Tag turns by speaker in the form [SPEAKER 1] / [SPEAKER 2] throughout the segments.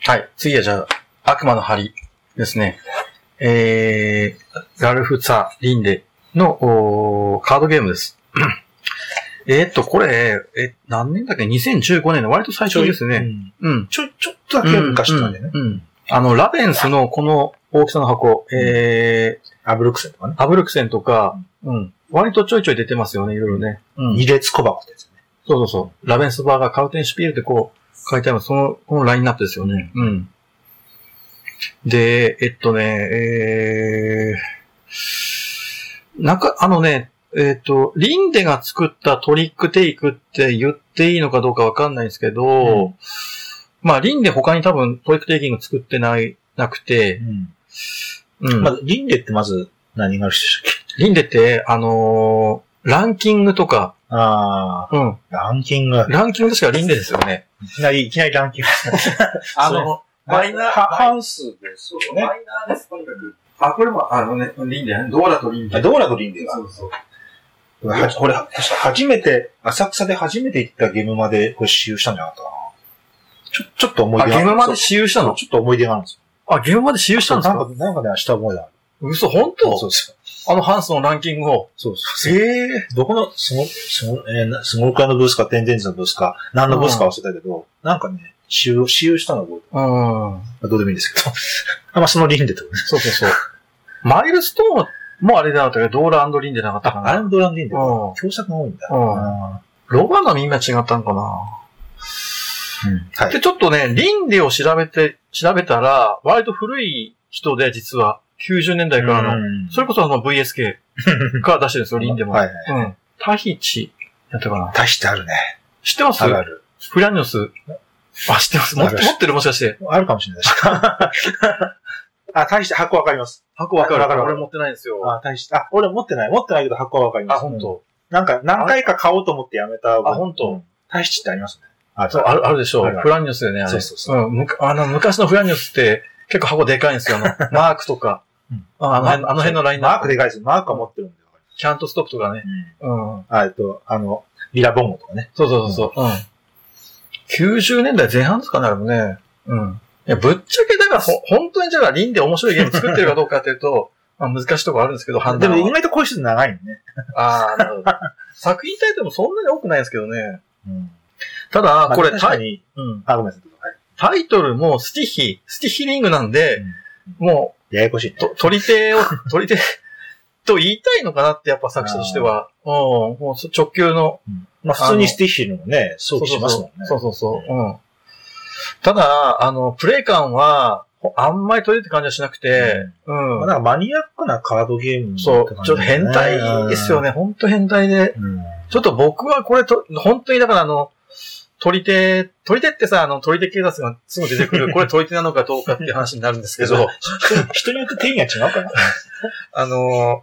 [SPEAKER 1] はい。次はじゃあ、悪魔の針ですね。えー、ラルフ・ツァ・リンデのおーカードゲームです。えーっと、これ、え、何年だっけ ?2015 年の割と最初ですね。うん。
[SPEAKER 2] ちょ、ちょっとだけ変化してたんだよね。
[SPEAKER 1] うん。うんあの、ラベンスのこの大きさの箱、えー、
[SPEAKER 2] アブルクセンとかね。
[SPEAKER 1] アブルクセンとか、うん。割とちょいちょい出てますよね、いろいろね。うん。
[SPEAKER 2] 二列小箱ってやつね。
[SPEAKER 1] そうそうそう。ラベンスバーガー、カウテンシュピールってこう、書いてあるの、その、このラインナップですよね。うん。で、えっとね、えー、なんか、あのね、えっと、リンデが作ったトリックテイクって言っていいのかどうかわかんないんですけど、まあ、リンデ他に多分トリックテイキング作ってない、なくて、うん。
[SPEAKER 2] まあ、リンデってまず何がある人でしたっ
[SPEAKER 1] リンデって、あのーランキングとか、
[SPEAKER 2] けああ、
[SPEAKER 1] うん。
[SPEAKER 2] ランキング。
[SPEAKER 1] ランキング確かリンデですよね。
[SPEAKER 2] いきなり、いきなりランキング。
[SPEAKER 1] あ
[SPEAKER 2] そう
[SPEAKER 1] の、
[SPEAKER 2] マイナー、ハウスです
[SPEAKER 3] そう
[SPEAKER 2] ね
[SPEAKER 3] マイナーです、とにかく。
[SPEAKER 1] あ、これも、あのね、リンデね。ドーラとリン
[SPEAKER 2] あ
[SPEAKER 1] ド
[SPEAKER 2] ドーラとリンデが。
[SPEAKER 3] そうそう。
[SPEAKER 2] はこれ、確か初めて、浅草で初めて行ったゲームまで、これ使用したんじゃなかったかな。ちょ、ちょっと思い
[SPEAKER 1] あ、
[SPEAKER 2] 出
[SPEAKER 1] ゲ
[SPEAKER 2] があ
[SPEAKER 1] ー
[SPEAKER 2] る
[SPEAKER 1] ムまで私有したの
[SPEAKER 2] ちょっと思い出があるんですよ。
[SPEAKER 1] あ、ゲームまで私有したんです
[SPEAKER 2] な
[SPEAKER 1] か
[SPEAKER 2] んか、なんかね、した覚えがある。
[SPEAKER 1] 嘘、本
[SPEAKER 2] そ
[SPEAKER 1] 当
[SPEAKER 2] うそう。
[SPEAKER 1] あのハンスのランキングを。
[SPEAKER 2] そうそう。
[SPEAKER 1] ええ
[SPEAKER 2] どこの、すご、すご、えーなすごろく屋のブースか、天然図のブースか、何のブースか忘れたけど、なんかね、使用、使用したの覚えてる
[SPEAKER 1] うん。
[SPEAKER 2] まあどうでもいいんで すけど。あ、まあ、そのリンデとね。
[SPEAKER 1] そうそうそう。 マイルストーンもあれじゃなかったけど、ドーラリンデなかったか
[SPEAKER 2] あ、ア
[SPEAKER 1] な。
[SPEAKER 2] イムドランディンデか。
[SPEAKER 1] うん。
[SPEAKER 2] 共作が多いんだ。
[SPEAKER 1] うん
[SPEAKER 2] あ
[SPEAKER 1] ロバのみんな違ったのかな
[SPEAKER 2] ーうん。はい。
[SPEAKER 1] で、ちょっとね、リンデを調べて、調べたら、割と古い人で、実は、90年代からの、
[SPEAKER 2] うん
[SPEAKER 1] それこそあの VSK が出してるんですよ、リンデも。
[SPEAKER 2] はいはい。
[SPEAKER 1] うん。タヒチ、やったかな。
[SPEAKER 2] 大してあるね。
[SPEAKER 1] 知ってます
[SPEAKER 2] あるある。
[SPEAKER 1] フラニョス。あ、知ってます。持って
[SPEAKER 2] ある
[SPEAKER 1] 持ってるもしかして。
[SPEAKER 2] あるかもしれな いし。あ、大して箱わかります。
[SPEAKER 1] 箱わかる。
[SPEAKER 2] わかるわ
[SPEAKER 1] 俺
[SPEAKER 2] かる
[SPEAKER 1] 持ってないんですよ。
[SPEAKER 2] あ、大して、あ、俺持ってない。持ってないけど箱はわかりま
[SPEAKER 1] あ、
[SPEAKER 2] す。
[SPEAKER 1] 本
[SPEAKER 2] うん
[SPEAKER 1] 当。
[SPEAKER 2] なんか、何回か買おうと思ってやめた。
[SPEAKER 1] あ、本当。
[SPEAKER 2] 大してってありますね。あ
[SPEAKER 1] そう、ある、あるでしょ
[SPEAKER 2] あ
[SPEAKER 1] う
[SPEAKER 2] るあ。る
[SPEAKER 1] フラニョスだよね、あれ。。
[SPEAKER 2] そうそうそう
[SPEAKER 1] ん、むかあの、昔のフラニョスって、結構箱でかいんですよ。あ のマークとか
[SPEAKER 2] うん。
[SPEAKER 1] ああの辺あの辺のライン
[SPEAKER 2] マ
[SPEAKER 1] ナ
[SPEAKER 2] ー
[SPEAKER 1] ッ
[SPEAKER 2] ク
[SPEAKER 1] プ。
[SPEAKER 2] でかいです。マークは持ってるんでわかり
[SPEAKER 1] キャントストップとかね。
[SPEAKER 2] ます。
[SPEAKER 1] うん。
[SPEAKER 2] あえっと、あの、ビラボンゴとかね。
[SPEAKER 1] そうそうそうそう。うん。90年代前半ですかね、あれもね。うん。いや、ぶっちゃけ、だから、ほ本当にじゃあ、リンで面白いゲーム作ってるかどうかっていうと、 まあ難しいところあるんですけど、判
[SPEAKER 2] で
[SPEAKER 1] 断
[SPEAKER 2] も
[SPEAKER 1] は。
[SPEAKER 2] 意外とこういう人長いんでね。
[SPEAKER 1] ああ、なるほど。作品タイトルもそんなに多くないですけどね。
[SPEAKER 2] うん。
[SPEAKER 1] ただ、これ、
[SPEAKER 2] まあ確
[SPEAKER 1] タ
[SPEAKER 2] か
[SPEAKER 1] イ
[SPEAKER 2] に。
[SPEAKER 1] うん
[SPEAKER 2] あ、ごめんなさい。はい
[SPEAKER 1] タイトルもスティヒ、スティヒリングなんで、も、
[SPEAKER 2] ややこしいうね。
[SPEAKER 1] と取り手を、 取り手と言いたいのかなって、やっぱ作者としては。うん。もう直球の
[SPEAKER 2] まあ、普通にスティッシュのね、想起しますもんね。
[SPEAKER 1] そうそうそう。うん。ただ、あの、プレイ感は、ほあんまり取れるって感じはしなくて、うん。
[SPEAKER 2] まあなんかマニアックなカードゲームって
[SPEAKER 1] そう、
[SPEAKER 2] 感
[SPEAKER 1] ち
[SPEAKER 2] じ
[SPEAKER 1] ょ
[SPEAKER 2] だ
[SPEAKER 1] っ
[SPEAKER 2] ね
[SPEAKER 1] と変態ですよ。ね。ほんと変態で。
[SPEAKER 2] うん。
[SPEAKER 1] ちょっと僕はこれと、本当にだからあの、取り手、取り手ってさ、あの、取り手警察がすぐ出てく る、これ取り手なのかどうかっていう話になるんですけ
[SPEAKER 2] いや
[SPEAKER 1] ど、
[SPEAKER 2] 人によって定義が違うから。
[SPEAKER 1] あのー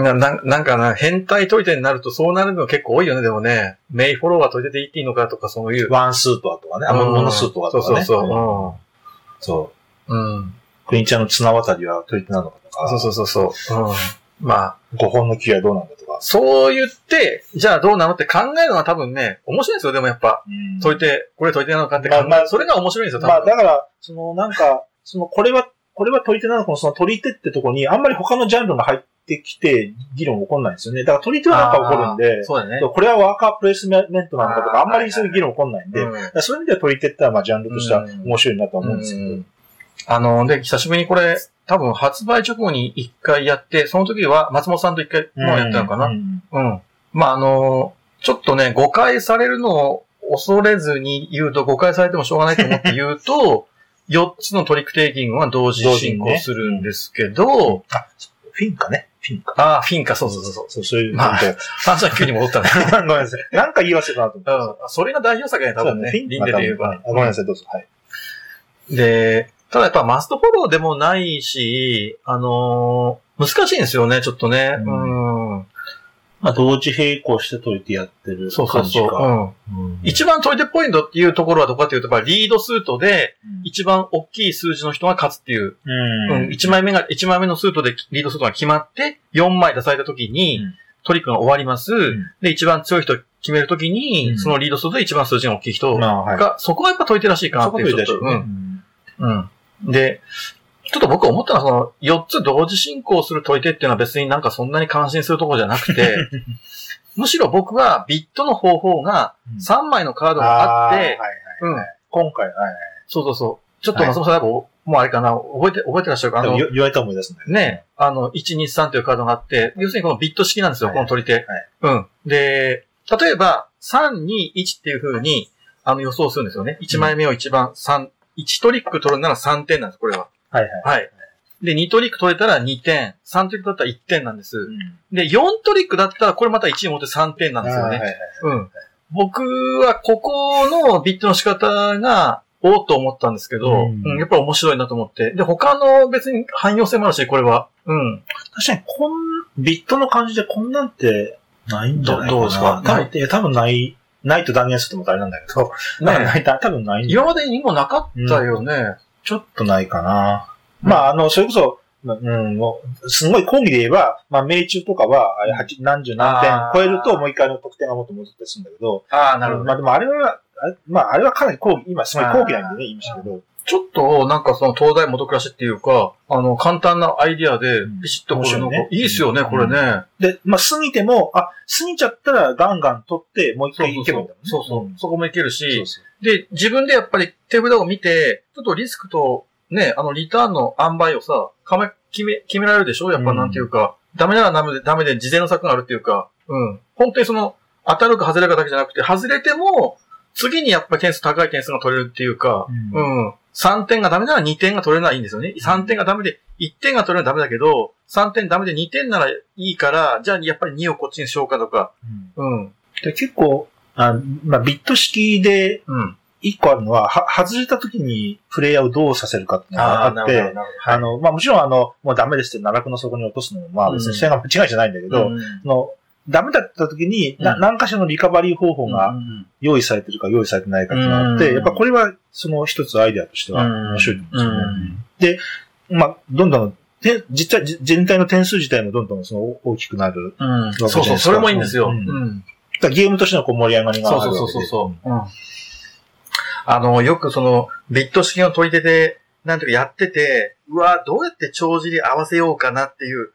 [SPEAKER 1] な、ななんかな、変態取り手になるとそうなるの結構多いよね、でもね。メイフォローは取り手で言っていいのかとか、そういう。
[SPEAKER 2] ワンスーとはとかね、あの、
[SPEAKER 1] うん
[SPEAKER 2] モノスーとは
[SPEAKER 1] そ
[SPEAKER 2] と
[SPEAKER 1] うそ
[SPEAKER 2] かね。
[SPEAKER 1] うそう。うん
[SPEAKER 2] そう。
[SPEAKER 1] うん。
[SPEAKER 2] クインちゃんの綱渡りは取り手なのかとか、
[SPEAKER 1] そうそうそうそう。うん。まあ、
[SPEAKER 2] 五本の木はどうなんだとか。
[SPEAKER 1] そう言って、じゃあどうなのって考えるのは多分ね、面白いんですよ、でもやっぱ。解いて、これ解いてなのかって考え、
[SPEAKER 2] まあまあ
[SPEAKER 1] それが面白いんですよ、多
[SPEAKER 2] まあ
[SPEAKER 1] 分。
[SPEAKER 2] だから、そのなんか、そのこれは、これは取り手なのかも、その取り手ってとこに、あんまり他のジャンルが入ってきて、議論起こんないんですよね。だから取り手はなんか起こるんで、
[SPEAKER 1] そうだね。
[SPEAKER 2] これはワーカープレイスメントなのかと
[SPEAKER 1] あ
[SPEAKER 2] か、
[SPEAKER 1] ー
[SPEAKER 2] あんまりそういう議論起こんないんで、
[SPEAKER 1] う
[SPEAKER 2] だか
[SPEAKER 1] ん
[SPEAKER 2] らそういう意味では取り手ってのはまあジャンルとしては
[SPEAKER 1] うん
[SPEAKER 2] 面白いなとは思うんですけど、
[SPEAKER 1] うんあの、で、久しぶりにこれ、多分発売直後に一回やって、その時は松本さんと一回もうやったのかな。
[SPEAKER 2] うん
[SPEAKER 1] うん。まあ、あの、ちょっとね、誤解されるのを恐れずに言うと、誤解されてもしょうがないと思って言うと、4つ のトリックテイキングは同時進行するんですけど、
[SPEAKER 2] あ、フィンかね。フィンか。
[SPEAKER 1] ああ、フィンか、そうそうそうそう。
[SPEAKER 2] そう、そういう、
[SPEAKER 1] まあ
[SPEAKER 2] なんか
[SPEAKER 1] 話は急に戻ったね。
[SPEAKER 2] ごめんなさい。なんか言い忘れたなと思って。
[SPEAKER 1] うん。それが代表作やね、多分ね。
[SPEAKER 2] そうだ
[SPEAKER 1] リンデで言えば
[SPEAKER 2] あ。ごめんなさい、どうぞ。はい。
[SPEAKER 1] で、ただやっぱマストフォローでもないし、あのー難しいんですよね、ちょっとね。
[SPEAKER 2] う
[SPEAKER 1] うん。
[SPEAKER 2] まあ、同時並行して解いてやってる
[SPEAKER 1] そうそう
[SPEAKER 2] 感じ
[SPEAKER 1] そう。
[SPEAKER 2] か。
[SPEAKER 1] うん。
[SPEAKER 2] うん
[SPEAKER 1] 一番トイレポイントっていうところはどこかというと、やっぱリードスートで、一番大きい数字の人が勝つっていう。
[SPEAKER 2] う
[SPEAKER 1] うんん。一枚目が、一枚目のスートでリードスートが決まって、4枚出された時に、
[SPEAKER 2] うん
[SPEAKER 1] トリックが終わります。
[SPEAKER 2] ん
[SPEAKER 1] で、一番強い人決めるときに、
[SPEAKER 2] うん
[SPEAKER 1] そのリードスートで一番数字の大きい人
[SPEAKER 2] まあ、はい。
[SPEAKER 1] が、そこはやっぱ解いてらしいかなっていう。
[SPEAKER 2] そこは解いてらし
[SPEAKER 1] ち
[SPEAKER 2] いね
[SPEAKER 1] ょっとうんうん。で、ちょっと僕思ったのは、その、4つ同時進行する問い手っていうのは別になんかそんなに感心するところじゃなく て、むしろ僕はビットの方法が
[SPEAKER 2] うん
[SPEAKER 1] 3枚のカードがあっ
[SPEAKER 2] ーはいはい
[SPEAKER 1] て、。うん。
[SPEAKER 2] 今回、はいはい。
[SPEAKER 1] そうそうそう。ちょっと松本さん、もうあれかな、覚えて、覚えてらっしゃるか
[SPEAKER 2] で
[SPEAKER 1] なあ
[SPEAKER 2] も
[SPEAKER 1] の
[SPEAKER 2] 言言われたら思い出すね。
[SPEAKER 1] ね、あの、123というカードがあって、要するにこのビット式なんですよ、
[SPEAKER 2] はい
[SPEAKER 1] この取り手。うん。で、例えば、321っていう風に、あの、予想するんですよね。1枚目を一番3、1トリック取るなら3点なんです、これは。
[SPEAKER 2] はいはい。
[SPEAKER 1] はい。で、2トリック取れたら2点、3トリックだったら1点なんで
[SPEAKER 2] う
[SPEAKER 1] す。
[SPEAKER 2] ん
[SPEAKER 1] で、4トリックだったらこれまた1に持って3点なんですよ
[SPEAKER 2] あーはい
[SPEAKER 1] ね。
[SPEAKER 2] はい。
[SPEAKER 1] うん。僕はここのビットの仕方が、おーと思ったんですけど、
[SPEAKER 2] うん
[SPEAKER 1] うんやっぱ面白いなと思って。で、他の別に汎用性もあるし、これは。うん。
[SPEAKER 2] 確かに、こん、ビットの感じでこんなんって、ないんじゃないか
[SPEAKER 1] ど
[SPEAKER 2] な。
[SPEAKER 1] どうですか
[SPEAKER 2] 多分いや多分ない、ないと断言するともあれなんだけど、ない、ない、多分ないんだよ
[SPEAKER 1] 今までにもなかったよね。
[SPEAKER 2] ちょっとないかな。
[SPEAKER 1] うん
[SPEAKER 2] まあ、あの、それこそ、まうん、もうすごい講義で言えば、まあ、命中とかは、あれ、八何十何点
[SPEAKER 1] あー
[SPEAKER 2] 超えると、もう一回の得点がもっと戻ったりするんだけど、
[SPEAKER 1] ああ、
[SPEAKER 2] まあ、でもあれは、あれまあ、あれはかなり講義、今すごい講義なんでね、言いましたけど、
[SPEAKER 1] ちょっと、なんかその東大元暮らしっていうか、あの、簡単なアイディアで、ビシッとこれの、
[SPEAKER 2] 面白いね
[SPEAKER 1] いいですよね、
[SPEAKER 2] うん
[SPEAKER 1] これね。
[SPEAKER 2] で、まあ、過ぎても、あ、過ぎちゃったらガンガン取って、もう一
[SPEAKER 1] そう
[SPEAKER 2] 回
[SPEAKER 1] そ
[SPEAKER 2] いうけ
[SPEAKER 1] そ
[SPEAKER 2] ばいいんだ
[SPEAKER 1] う
[SPEAKER 2] もんね。。
[SPEAKER 1] そうそううんそこもいけるし
[SPEAKER 2] そう、そう
[SPEAKER 1] で、自分でやっぱり手札を見て、ちょっとリスクと、ね、あの、リターンの塩梅をさ、かめ、決め、決められるでしょやっぱ
[SPEAKER 2] うん
[SPEAKER 1] なんていうか、ダメならダメで、ダメで事前の策があるっていうか、うん。本当にその、当たるか外れるかだけじゃなくて、外れても、次にやっぱ点数、高い点数が取れるっていうか、
[SPEAKER 2] うん
[SPEAKER 1] うん。3点がダメなら2点が取れないんですよね。3点がダメで、1点が取れないのはダメだけど、3点ダメで2点ならいいから、じゃあやっぱり2をこっちにしようかとか。
[SPEAKER 2] うん
[SPEAKER 1] うん。
[SPEAKER 2] で結構、あまあ、ビット式で
[SPEAKER 1] うん。
[SPEAKER 2] 一個あるのは、は外れた時にプレイヤーをどうさせるかっていうのがあって、あ
[SPEAKER 1] はい。
[SPEAKER 2] の、まあ、もちろんあの、もうダメですって奈落の底に落とすのも、まあ、別にそれが間違いじゃないんだけど、その、ダメだった時に、な
[SPEAKER 1] うん
[SPEAKER 2] 何かしらのリカバリー方法が用意されてるか用意されてないかっていうのがあって、
[SPEAKER 1] うん
[SPEAKER 2] やっぱこれはその一つアイデアとしては面白いと思うんですよね。まあ、どんどん、て実はじ全体の点数自体もどんどんその大きくなる。
[SPEAKER 1] うん。そうそう、それもいいんですよ。
[SPEAKER 2] う
[SPEAKER 1] うんん。
[SPEAKER 2] だからゲームとしてのこう盛り上がりがあ
[SPEAKER 1] そ
[SPEAKER 2] る
[SPEAKER 1] う
[SPEAKER 2] わけ
[SPEAKER 1] そう
[SPEAKER 2] で。
[SPEAKER 1] そうそうそう。うん。あの、よくその、ビット式の取り手で、なんていうかやってて、うわ、どうやって帳尻合わせようかなっていう、
[SPEAKER 2] うん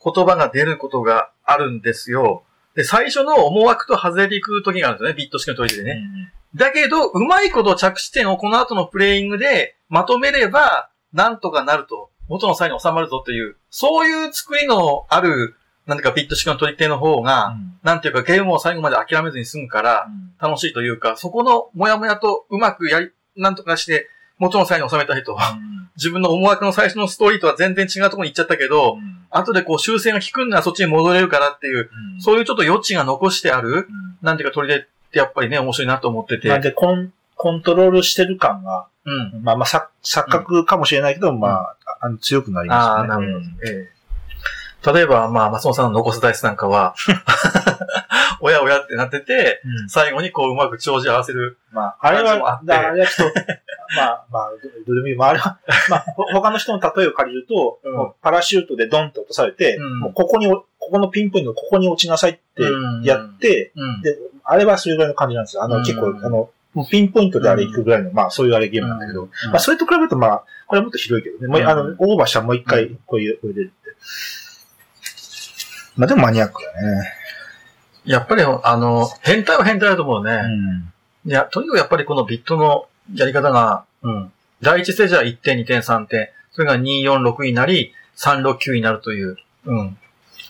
[SPEAKER 1] 言葉が出ることがあるんですよ。で、最初の思惑と外れていく時があるんですよね、ビット式の取り手でね。だけど、うまいこと着地点をこの後のプレイングでまとめれば、なんとかなると、元の際に収まるぞという、そういう作りのある、なんていうかビット式の取り手の方
[SPEAKER 2] う
[SPEAKER 1] が、
[SPEAKER 2] ん
[SPEAKER 1] なんていうかゲームを最後まで諦めずに済むから、楽しいというか、そこのモヤモヤとうまくやり、なんとかして、元の際に収めたいと。 自分の思惑の最初のストーリーとは全然違うところに行っちゃったけど、後でこう修正が効くんならそっちに戻れるからっていう、
[SPEAKER 2] そ
[SPEAKER 1] そういうちょっと余地が残してある、なんていうか取り出ってやっぱりね、面白いなと思って
[SPEAKER 2] うん。なん
[SPEAKER 1] て。
[SPEAKER 2] でコン、コントロールしてる感が、
[SPEAKER 1] うん。
[SPEAKER 2] まあまあ、さ錯覚かもしれないけど、まああ、あの強くなり
[SPEAKER 1] あ
[SPEAKER 2] ま
[SPEAKER 1] あ、
[SPEAKER 2] した
[SPEAKER 1] な
[SPEAKER 2] ね。
[SPEAKER 1] るほど。ええ例えば、まあ、松本さんの残すダイスなんかは、 おやおやってなってて、
[SPEAKER 2] うん
[SPEAKER 1] 最後にこううまく帳尻合わせる。
[SPEAKER 2] まあ、あれ
[SPEAKER 1] 感じもあ
[SPEAKER 2] は
[SPEAKER 1] っ、て
[SPEAKER 2] だからあれはち ょっと、まあまあ、どどうでもいい。まあ、あれは、まあ、ほ他の人の例えを借りると、
[SPEAKER 1] うん
[SPEAKER 2] もうパラシュートでドンと落とされて、
[SPEAKER 1] うん
[SPEAKER 2] もうここに、ここのピンポイントのここに落ちなさいって
[SPEAKER 1] うん
[SPEAKER 2] やって、
[SPEAKER 1] うん。
[SPEAKER 2] であれはそれぐらいの感じなんですよ。あの、
[SPEAKER 1] うん
[SPEAKER 2] 結構、あの、もうピンポイントであれ行くぐらいの、まあ、そういうあれゲームなんだけど、まあ、それと比べると、まあ、これはもっとひどいけどね。もう、
[SPEAKER 1] うん
[SPEAKER 2] あの、オーバーしたらもう一回、こういう、これ出るって。まあ、でもマニアックだね。
[SPEAKER 1] やっぱり、あの、変態は変態だと思うね。
[SPEAKER 2] うん。
[SPEAKER 1] いや、とにかくやっぱりこのビットのやり方が、うん。第一ステージは1点、2点、3点。それが2、4、6になり、3、6、9になるという。うん。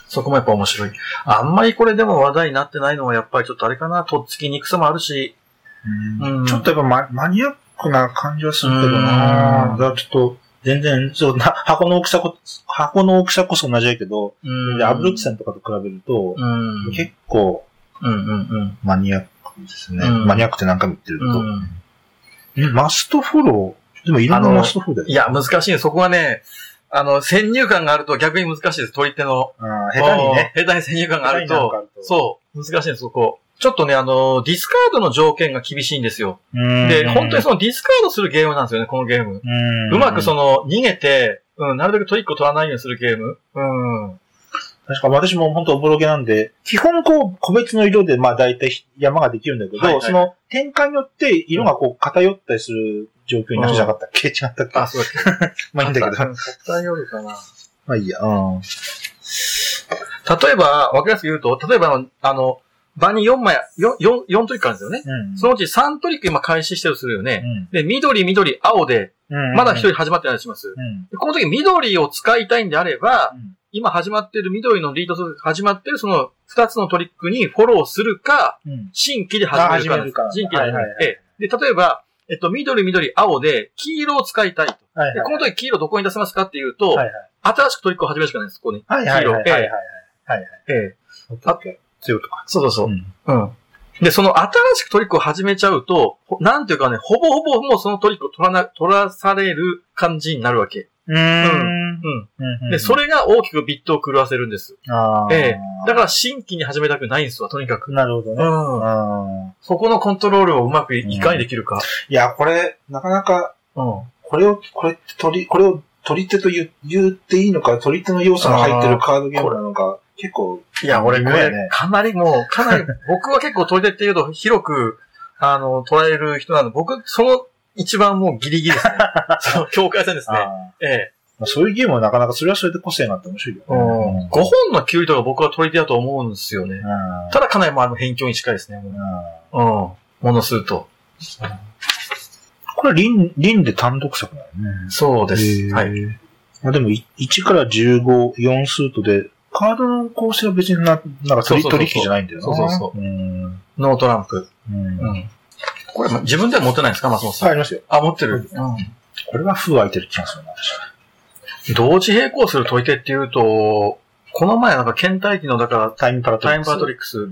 [SPEAKER 1] そこもやっぱ面白い。あんまりこれでも話題になってないのはやっぱりちょっとあれかな、とっつきにくさもあるし。うん
[SPEAKER 2] ちょっとやっぱママニアックな感じはするけどな
[SPEAKER 1] う
[SPEAKER 2] だ
[SPEAKER 1] ん
[SPEAKER 2] からちょっと、全然、そうな、箱の大きさこ、箱の大きさこそ同じだけど、
[SPEAKER 1] うん
[SPEAKER 2] でアブロキさんとかと比べると、
[SPEAKER 1] うん。うん、
[SPEAKER 2] 結構
[SPEAKER 1] うん、
[SPEAKER 2] マニアックですね。
[SPEAKER 1] うん
[SPEAKER 2] マニアックって何回も言ってるけ
[SPEAKER 1] うん
[SPEAKER 2] ど、
[SPEAKER 1] うん。
[SPEAKER 2] うんマストフォロー、でもいろんな
[SPEAKER 1] あの
[SPEAKER 2] マストフォローだ
[SPEAKER 1] い
[SPEAKER 2] よね。
[SPEAKER 1] や、難しい。そこはね、あの、先入観があると逆に難しいです。取り手の。
[SPEAKER 2] あー下手にね。
[SPEAKER 1] うん。下手に先入観があると。そ
[SPEAKER 2] そ
[SPEAKER 1] う。難しいんです、そこ。ちょっとね、あの、ディスカードの条件が厳しいんですよ。
[SPEAKER 2] う。
[SPEAKER 1] で、本当にそのディスカードするゲームなんですよね、このゲーム。
[SPEAKER 2] うん
[SPEAKER 1] うまくその、逃げて、うん、なるべくトリックを取らないようにするゲーム。うん。
[SPEAKER 2] 確か私も本当おぼろげなんで、基本こう、個別の色で、まあ大体山ができるんだけど、
[SPEAKER 1] はいはい
[SPEAKER 2] その展開によって色がこう偏ったりする状況になるじゃなかったっけ、違ったっけ
[SPEAKER 1] あ、そうだっけ。
[SPEAKER 2] まあいいんだ けど。
[SPEAKER 1] 国体よりかな。
[SPEAKER 2] まあいいや。うん。
[SPEAKER 1] 例えば、わかりやすく言うと、例えばあの、あの、場に4枚、4、4 4トリックあるんですよね。
[SPEAKER 2] うん。
[SPEAKER 1] そのうち3トリック今開始してるとするよ
[SPEAKER 2] う
[SPEAKER 1] ね。
[SPEAKER 2] ん。
[SPEAKER 1] で、緑、緑、青で、
[SPEAKER 2] うん。
[SPEAKER 1] まだ1人始まってないとします。
[SPEAKER 2] うん。
[SPEAKER 1] でこの時緑を使いたいんであれば、
[SPEAKER 2] うん
[SPEAKER 1] 今始まってる緑のリードする、始まってるその2つのトリックにフォローするか、
[SPEAKER 2] うん。
[SPEAKER 1] 新規で始め
[SPEAKER 2] あ始め
[SPEAKER 1] る
[SPEAKER 2] る
[SPEAKER 1] かな
[SPEAKER 2] か
[SPEAKER 1] んです。新規で始め
[SPEAKER 2] はい
[SPEAKER 1] る
[SPEAKER 2] はいはい
[SPEAKER 1] ええで、例えば、えっと、緑、緑、青で、黄色を使いたいと。
[SPEAKER 2] はい
[SPEAKER 1] で、
[SPEAKER 2] はい。
[SPEAKER 1] この時黄色どこに出せますかっていうと、
[SPEAKER 2] はい
[SPEAKER 1] 新しくトリックを始めるしかないんです、ここに。
[SPEAKER 2] はい。はいはいはい。
[SPEAKER 1] 黄色
[SPEAKER 2] はいはい。
[SPEAKER 1] ええ
[SPEAKER 2] オッケーそういうことか。
[SPEAKER 1] そうそうそうう。
[SPEAKER 2] ん。
[SPEAKER 1] うん。で、その新しくトリックを始めちゃうと、ほなんていうかね、ほぼほぼもうそのトリックを取らな、取らされる感じになるわけ。
[SPEAKER 2] うーん。
[SPEAKER 1] うん。
[SPEAKER 2] うん
[SPEAKER 1] で、そ、れが大きくビットを狂わせるんです。
[SPEAKER 2] ああ。
[SPEAKER 1] ええだから新規に始めたくないんですわ、とにかく。
[SPEAKER 2] ら、なるほど
[SPEAKER 1] う。
[SPEAKER 2] ね。うんん。
[SPEAKER 1] そこのコントロールをうまくいいかにできるか。
[SPEAKER 2] いや、これ、なかなか、
[SPEAKER 1] うん。
[SPEAKER 2] これを、これって取り、これを取り手と言う言っていいのか、取り手の要素が入ってるカードゲームなのか、結構、
[SPEAKER 1] いや、俺、こ
[SPEAKER 2] 微妙
[SPEAKER 1] れ
[SPEAKER 2] やね、
[SPEAKER 1] かなりもう、か なり、僕は結構取り手っていうと広く、あの、捉える人なので、僕、その一番もうギリギリです ね。その境界線ですね。
[SPEAKER 2] あ
[SPEAKER 1] ええ。
[SPEAKER 2] ーそういうゲームはなかなか、それはそれで個性があって面白いよね。
[SPEAKER 1] 5
[SPEAKER 2] ご
[SPEAKER 1] 本のキュウリとか僕は取り手だと思うんですよね。ただかなりもうあの辺境に近いですね。もううん。ものすると。
[SPEAKER 2] これ、リン、リンで単独作だよね。
[SPEAKER 1] そうで
[SPEAKER 2] へ
[SPEAKER 1] す。
[SPEAKER 2] ー
[SPEAKER 1] はい。
[SPEAKER 2] まあでも、い1から15、4スートで、カードの構成は別にな、なんか取
[SPEAKER 1] そうそうそうそう
[SPEAKER 2] り、取り引きじゃないんだよな。。
[SPEAKER 1] そうそうそう
[SPEAKER 2] うん。
[SPEAKER 1] ノートランプ。
[SPEAKER 2] うん。
[SPEAKER 1] う
[SPEAKER 2] はい、
[SPEAKER 1] ん。これ自分では持ってないですか松本さ
[SPEAKER 2] あ
[SPEAKER 1] ん。
[SPEAKER 2] りますよ。
[SPEAKER 1] あ、持ってる。うん。
[SPEAKER 2] これは封開いてる気がするな、私は
[SPEAKER 1] 同時並行する解いてっていうと、この前なんか検体機の、だから、
[SPEAKER 2] タイムパラト
[SPEAKER 1] タ
[SPEAKER 2] リッ
[SPEAKER 1] イム
[SPEAKER 2] クス。
[SPEAKER 1] パラトリックス。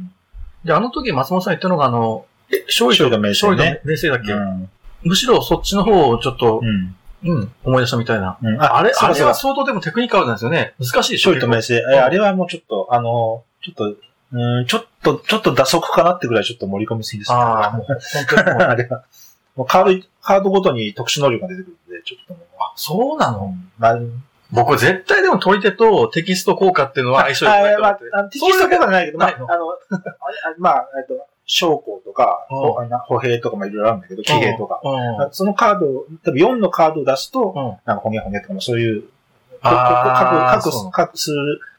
[SPEAKER 1] で、あの時松本さん言ったのが、あの、え勝利と、
[SPEAKER 2] 勝利が名声
[SPEAKER 1] 勝利
[SPEAKER 2] ね
[SPEAKER 1] が名声だっけ、
[SPEAKER 2] うん
[SPEAKER 1] むしろそっちの方をちょっと
[SPEAKER 2] う、ん。
[SPEAKER 1] うん、思い出したみたいな。
[SPEAKER 2] うん。
[SPEAKER 1] あれ、
[SPEAKER 2] そう
[SPEAKER 1] あれ
[SPEAKER 2] だそうだ
[SPEAKER 1] は相当でもテクニカルなんですよね。難しいでしょ
[SPEAKER 2] 勝利と名声。えあれはもうちょっと、あの、ちょっと、うーん、ちょっと、ちょっと打足かなってぐらいちょっと盛り込みすぎですね。
[SPEAKER 1] ああ、もう本当にもう。
[SPEAKER 2] あれは。もうカード、カードごとに特殊能力が出てくるんで、ちょっともう、あ
[SPEAKER 1] そうなの
[SPEAKER 2] まあ、
[SPEAKER 1] 僕絶対でも取り手とテキスト効果っていうのは相性良く
[SPEAKER 2] あ
[SPEAKER 1] ないと思
[SPEAKER 2] まあ
[SPEAKER 1] って。
[SPEAKER 2] あの、テキストとかないけど、まあ、
[SPEAKER 1] ない
[SPEAKER 2] あ
[SPEAKER 1] の
[SPEAKER 2] の、ああまあ、えっと、将校とか、
[SPEAKER 1] うん
[SPEAKER 2] ほあの歩兵とかもいろいろあるんだけど、騎兵とか。
[SPEAKER 1] うん。うん。
[SPEAKER 2] そのカードを、多分4のカードを出すと、
[SPEAKER 1] うん
[SPEAKER 2] なんかほげほげとかもそういう、
[SPEAKER 1] あー
[SPEAKER 2] 各、
[SPEAKER 1] そう
[SPEAKER 2] 各、各数、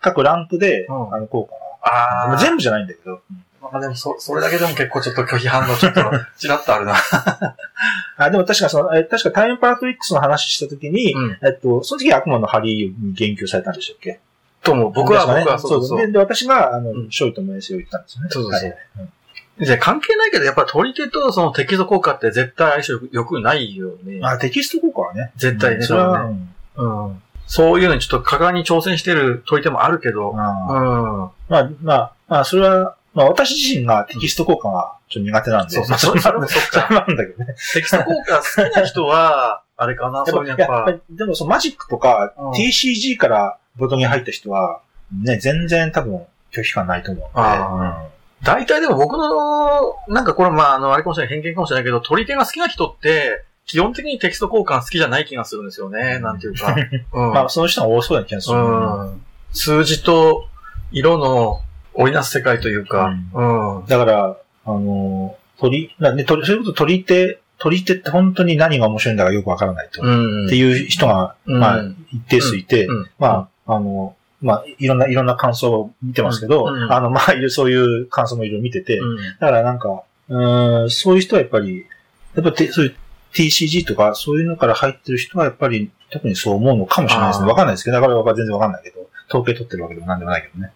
[SPEAKER 2] 各ランクで、
[SPEAKER 1] うん
[SPEAKER 2] あの、効果
[SPEAKER 1] あ
[SPEAKER 2] が。
[SPEAKER 1] あ。
[SPEAKER 2] 全部じゃないんだけど。うん
[SPEAKER 1] まあでもそ、それだけでも結構ちょっと拒否反応ちょっと、ちらっとあるな。
[SPEAKER 2] あ、でも確かその、え確かタイムパラトリックスの話したときに、
[SPEAKER 1] うん。
[SPEAKER 2] えっと、その時悪魔の針に言及されたんでしたっけ
[SPEAKER 1] とも、僕は、
[SPEAKER 2] 確かね
[SPEAKER 1] 僕は、そう
[SPEAKER 2] です
[SPEAKER 1] そう。
[SPEAKER 2] ね。で、私が、あの、
[SPEAKER 1] うん
[SPEAKER 2] 勝利と名声を言ったんですよね。
[SPEAKER 1] そうそうそう
[SPEAKER 2] はい
[SPEAKER 1] じゃあ関係ないけど、やっぱり取り手とそのテキスト効果って絶対相性良く良くないよね。
[SPEAKER 2] あ、テキスト効果はね。
[SPEAKER 1] 絶対
[SPEAKER 2] うん
[SPEAKER 1] ね。
[SPEAKER 2] それ
[SPEAKER 1] 多
[SPEAKER 2] は、
[SPEAKER 1] 分ね
[SPEAKER 2] うん
[SPEAKER 1] うん。そういうのにちょっと果敢に挑戦してる取り手もあるけど。う
[SPEAKER 2] まあ
[SPEAKER 1] ん。
[SPEAKER 2] まあ、まあ、まあ、それは、まあ、私自身がテキスト効果がちょっと苦手なんで。
[SPEAKER 1] そうそう。
[SPEAKER 2] まあ
[SPEAKER 1] そ
[SPEAKER 2] そ
[SPEAKER 1] れ
[SPEAKER 2] れ
[SPEAKER 1] それ
[SPEAKER 2] は
[SPEAKER 1] もそっ
[SPEAKER 2] それ
[SPEAKER 1] か。
[SPEAKER 2] はあるんだけどね。
[SPEAKER 1] テキスト効果好きな人は、あれかな、そういう
[SPEAKER 2] や
[SPEAKER 1] やっ
[SPEAKER 2] っぱやっ
[SPEAKER 1] ぱ。
[SPEAKER 2] ぱりでもそのマジックとか、
[SPEAKER 1] うん
[SPEAKER 2] TCG からボトゲに入った人は、ね、全然多分拒否感ないと思うんで。
[SPEAKER 1] あ大体でも僕の、なんかこれまあ、あの、あれかもしれない、偏見かもしれないけど、取り手が好きな人って、基本的にテキスト交換好きじゃない気がするんですよね、なんていう か。うん。
[SPEAKER 2] うんまあ、その人が多そうな気がする。
[SPEAKER 1] うん。数字と色の織りなす世界というか。うん。
[SPEAKER 2] だから、あのー、鳥、なね、鳥、それこそ鳥手、鳥手って本当に何が面白いんだかよくわからないと。
[SPEAKER 1] うん。
[SPEAKER 2] っていう人が、
[SPEAKER 1] うん
[SPEAKER 2] まあ、一定数いて、
[SPEAKER 1] うん
[SPEAKER 2] まあ、あの、まあ、いろんな、いろんな感想を見てますけど、
[SPEAKER 1] うんうん
[SPEAKER 2] あの、まあ、いろそういう感想もいろいろ見てて、
[SPEAKER 1] うん
[SPEAKER 2] だからなんか、うーん、そういう人はやっぱり、やっぱてそういう TCG とかそういうのから入ってる人はやっぱり特にそう思うのかもしれないです
[SPEAKER 1] あ
[SPEAKER 2] ね。
[SPEAKER 1] ー
[SPEAKER 2] わかんないですけど、だから全然わかんないけど、統計取ってるわけでもなんでもないけどね。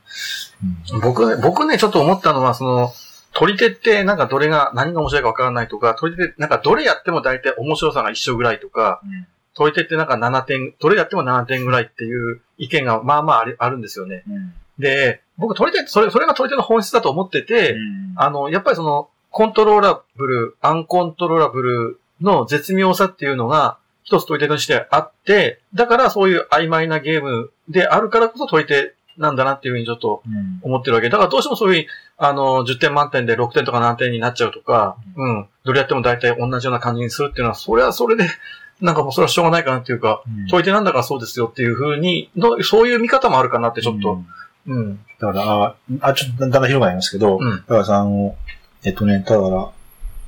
[SPEAKER 2] うん
[SPEAKER 1] 僕ね、僕ね、ちょっと思ったのは、その、取り手って、なんかどれが、何が面白いかわからないとか、取り手って、なんかどれやっても大体面白さが一緒ぐらいとか、
[SPEAKER 2] うん
[SPEAKER 1] 取り手ってなんか7点、どれやっても7点ぐらいっていう意見がまあまあありあるんですよね。
[SPEAKER 2] うん
[SPEAKER 1] で、僕取り手って、それ、それが取り手の本質だと思ってて、
[SPEAKER 2] うん
[SPEAKER 1] あの、やっぱりその、コントローラブル、アンコントローラブルの絶妙さっていうのが、一つ問い手としてあって、だからそういう曖昧なゲームであるからこそ問い手なんだなっていうふうにちょっと
[SPEAKER 2] うん
[SPEAKER 1] 思ってるわけ。だからどうしてもそういう、あの、10点満点で6点とか何点になっちゃうとか、うん、どれやっても大体同じような感じにするっていうのは、それはそれで、なんかもうそれはしょうがないかなっていうか、
[SPEAKER 2] うん
[SPEAKER 1] 問い手なんだからそうですよっていうふうに、のそういう見方もあるかなってちょっと、うん。
[SPEAKER 2] だから、あ、ちょっとだんだん広がりますけど、
[SPEAKER 1] うん。
[SPEAKER 2] だからさ、あの、えっとね、だから、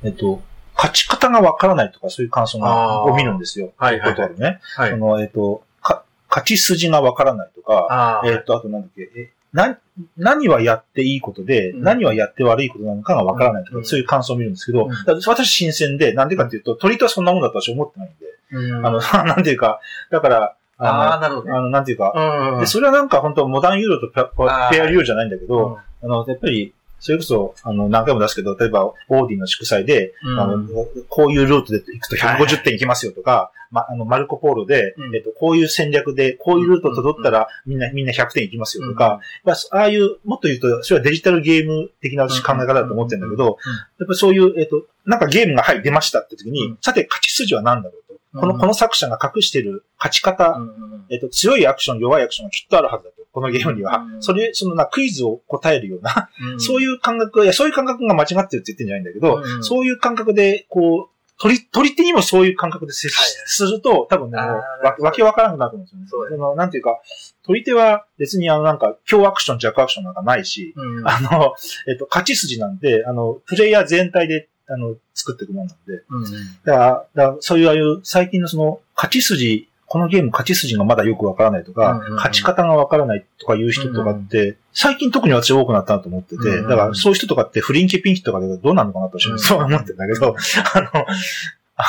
[SPEAKER 2] えっと、勝ち方がわからないとか、そういう感想が
[SPEAKER 1] あー
[SPEAKER 2] を見るんですよ。
[SPEAKER 1] はいはい
[SPEAKER 2] ことあるね。
[SPEAKER 1] は
[SPEAKER 2] そ
[SPEAKER 1] い。
[SPEAKER 2] の、えっと、か、勝ち筋がわからないとか、
[SPEAKER 1] ああ。
[SPEAKER 2] えっと、あとなんだっけ、え、な、何はやっていいことで、
[SPEAKER 1] うん
[SPEAKER 2] 何はやって悪いことなのかがわからないとか、
[SPEAKER 1] うん
[SPEAKER 2] そういう感想を見るんですけど、
[SPEAKER 1] うん
[SPEAKER 2] だから私新鮮で、なんでかっていうと、鳥とはそんなもんだと私思ってないんで、
[SPEAKER 1] うん
[SPEAKER 2] あの、 なんていうか、だから、
[SPEAKER 1] あ
[SPEAKER 2] あ
[SPEAKER 1] あ、なるほど
[SPEAKER 2] の、
[SPEAKER 1] ね。
[SPEAKER 2] あのなんていうか、
[SPEAKER 1] うん。
[SPEAKER 2] で、それはなんか本当モダンユーロとペア
[SPEAKER 1] あー
[SPEAKER 2] ペアユーロじゃないんだけ
[SPEAKER 1] う
[SPEAKER 2] ど、あの、やっぱり、それこそ、あの、何回も出すけど、例えば、オーディの祝祭で、
[SPEAKER 1] ん。
[SPEAKER 2] あの、こういうルートで行くと
[SPEAKER 1] はいはい
[SPEAKER 2] 150点いきますよとか、ま、あの、マルコポーロで、
[SPEAKER 1] うん
[SPEAKER 2] えっと、こういう戦略で、こういうルートを辿ったら、みんな、みんな100点いきますよとか、まあ、ああいう、もっと言うと、それはデジタルゲーム的な考え方だと思ってるんだけど
[SPEAKER 1] うんうんうん、
[SPEAKER 2] やっぱりそういう、えっと、なんかゲームが、はい、出ましたって時に、
[SPEAKER 1] うん
[SPEAKER 2] さて、勝ち筋は何だろうと。こ
[SPEAKER 1] う
[SPEAKER 2] の、
[SPEAKER 1] ん
[SPEAKER 2] この作者が隠してる勝ち方、
[SPEAKER 1] うんうん
[SPEAKER 2] えっと、強いアクション、弱いアクションがきっとあるはずだと。このゲームには
[SPEAKER 1] う。ん
[SPEAKER 2] それ、そのな、クイズを答えるような、
[SPEAKER 1] うん。
[SPEAKER 2] そう
[SPEAKER 1] い
[SPEAKER 2] いう感覚、いや、そういう感覚が間違ってるって言ってんじゃないんだけど、
[SPEAKER 1] うん
[SPEAKER 2] そういう感覚で、こう、取り、取り手にもそういう感覚で接し
[SPEAKER 1] はい
[SPEAKER 2] すると、多分ね、もう
[SPEAKER 1] あー
[SPEAKER 2] わ、わけわからなくなると思うんですよ
[SPEAKER 1] そう
[SPEAKER 2] ね。
[SPEAKER 1] だ
[SPEAKER 2] その、なんていうか、取り手は別にあの、なんか、強アクション、弱アクションなんかないし、
[SPEAKER 1] う。うん。
[SPEAKER 2] あの、えっと、勝ち筋なんで、あの、プレイヤー全体で、あの、作っていくもんなんで、
[SPEAKER 1] うん。
[SPEAKER 2] だから、だからそういうああいう最近のその、勝ち筋、このゲーム勝ち筋がまだよくわからないとか、
[SPEAKER 1] うんうんうん
[SPEAKER 2] 勝ち方がわからないとかいう人とかって、最近特に私多くなったなと思ってて、
[SPEAKER 1] うんうん
[SPEAKER 2] だからそういう人とかって不倫気ピンキとかでどうなるのかなと私はそう思ってんだけど、あの、あ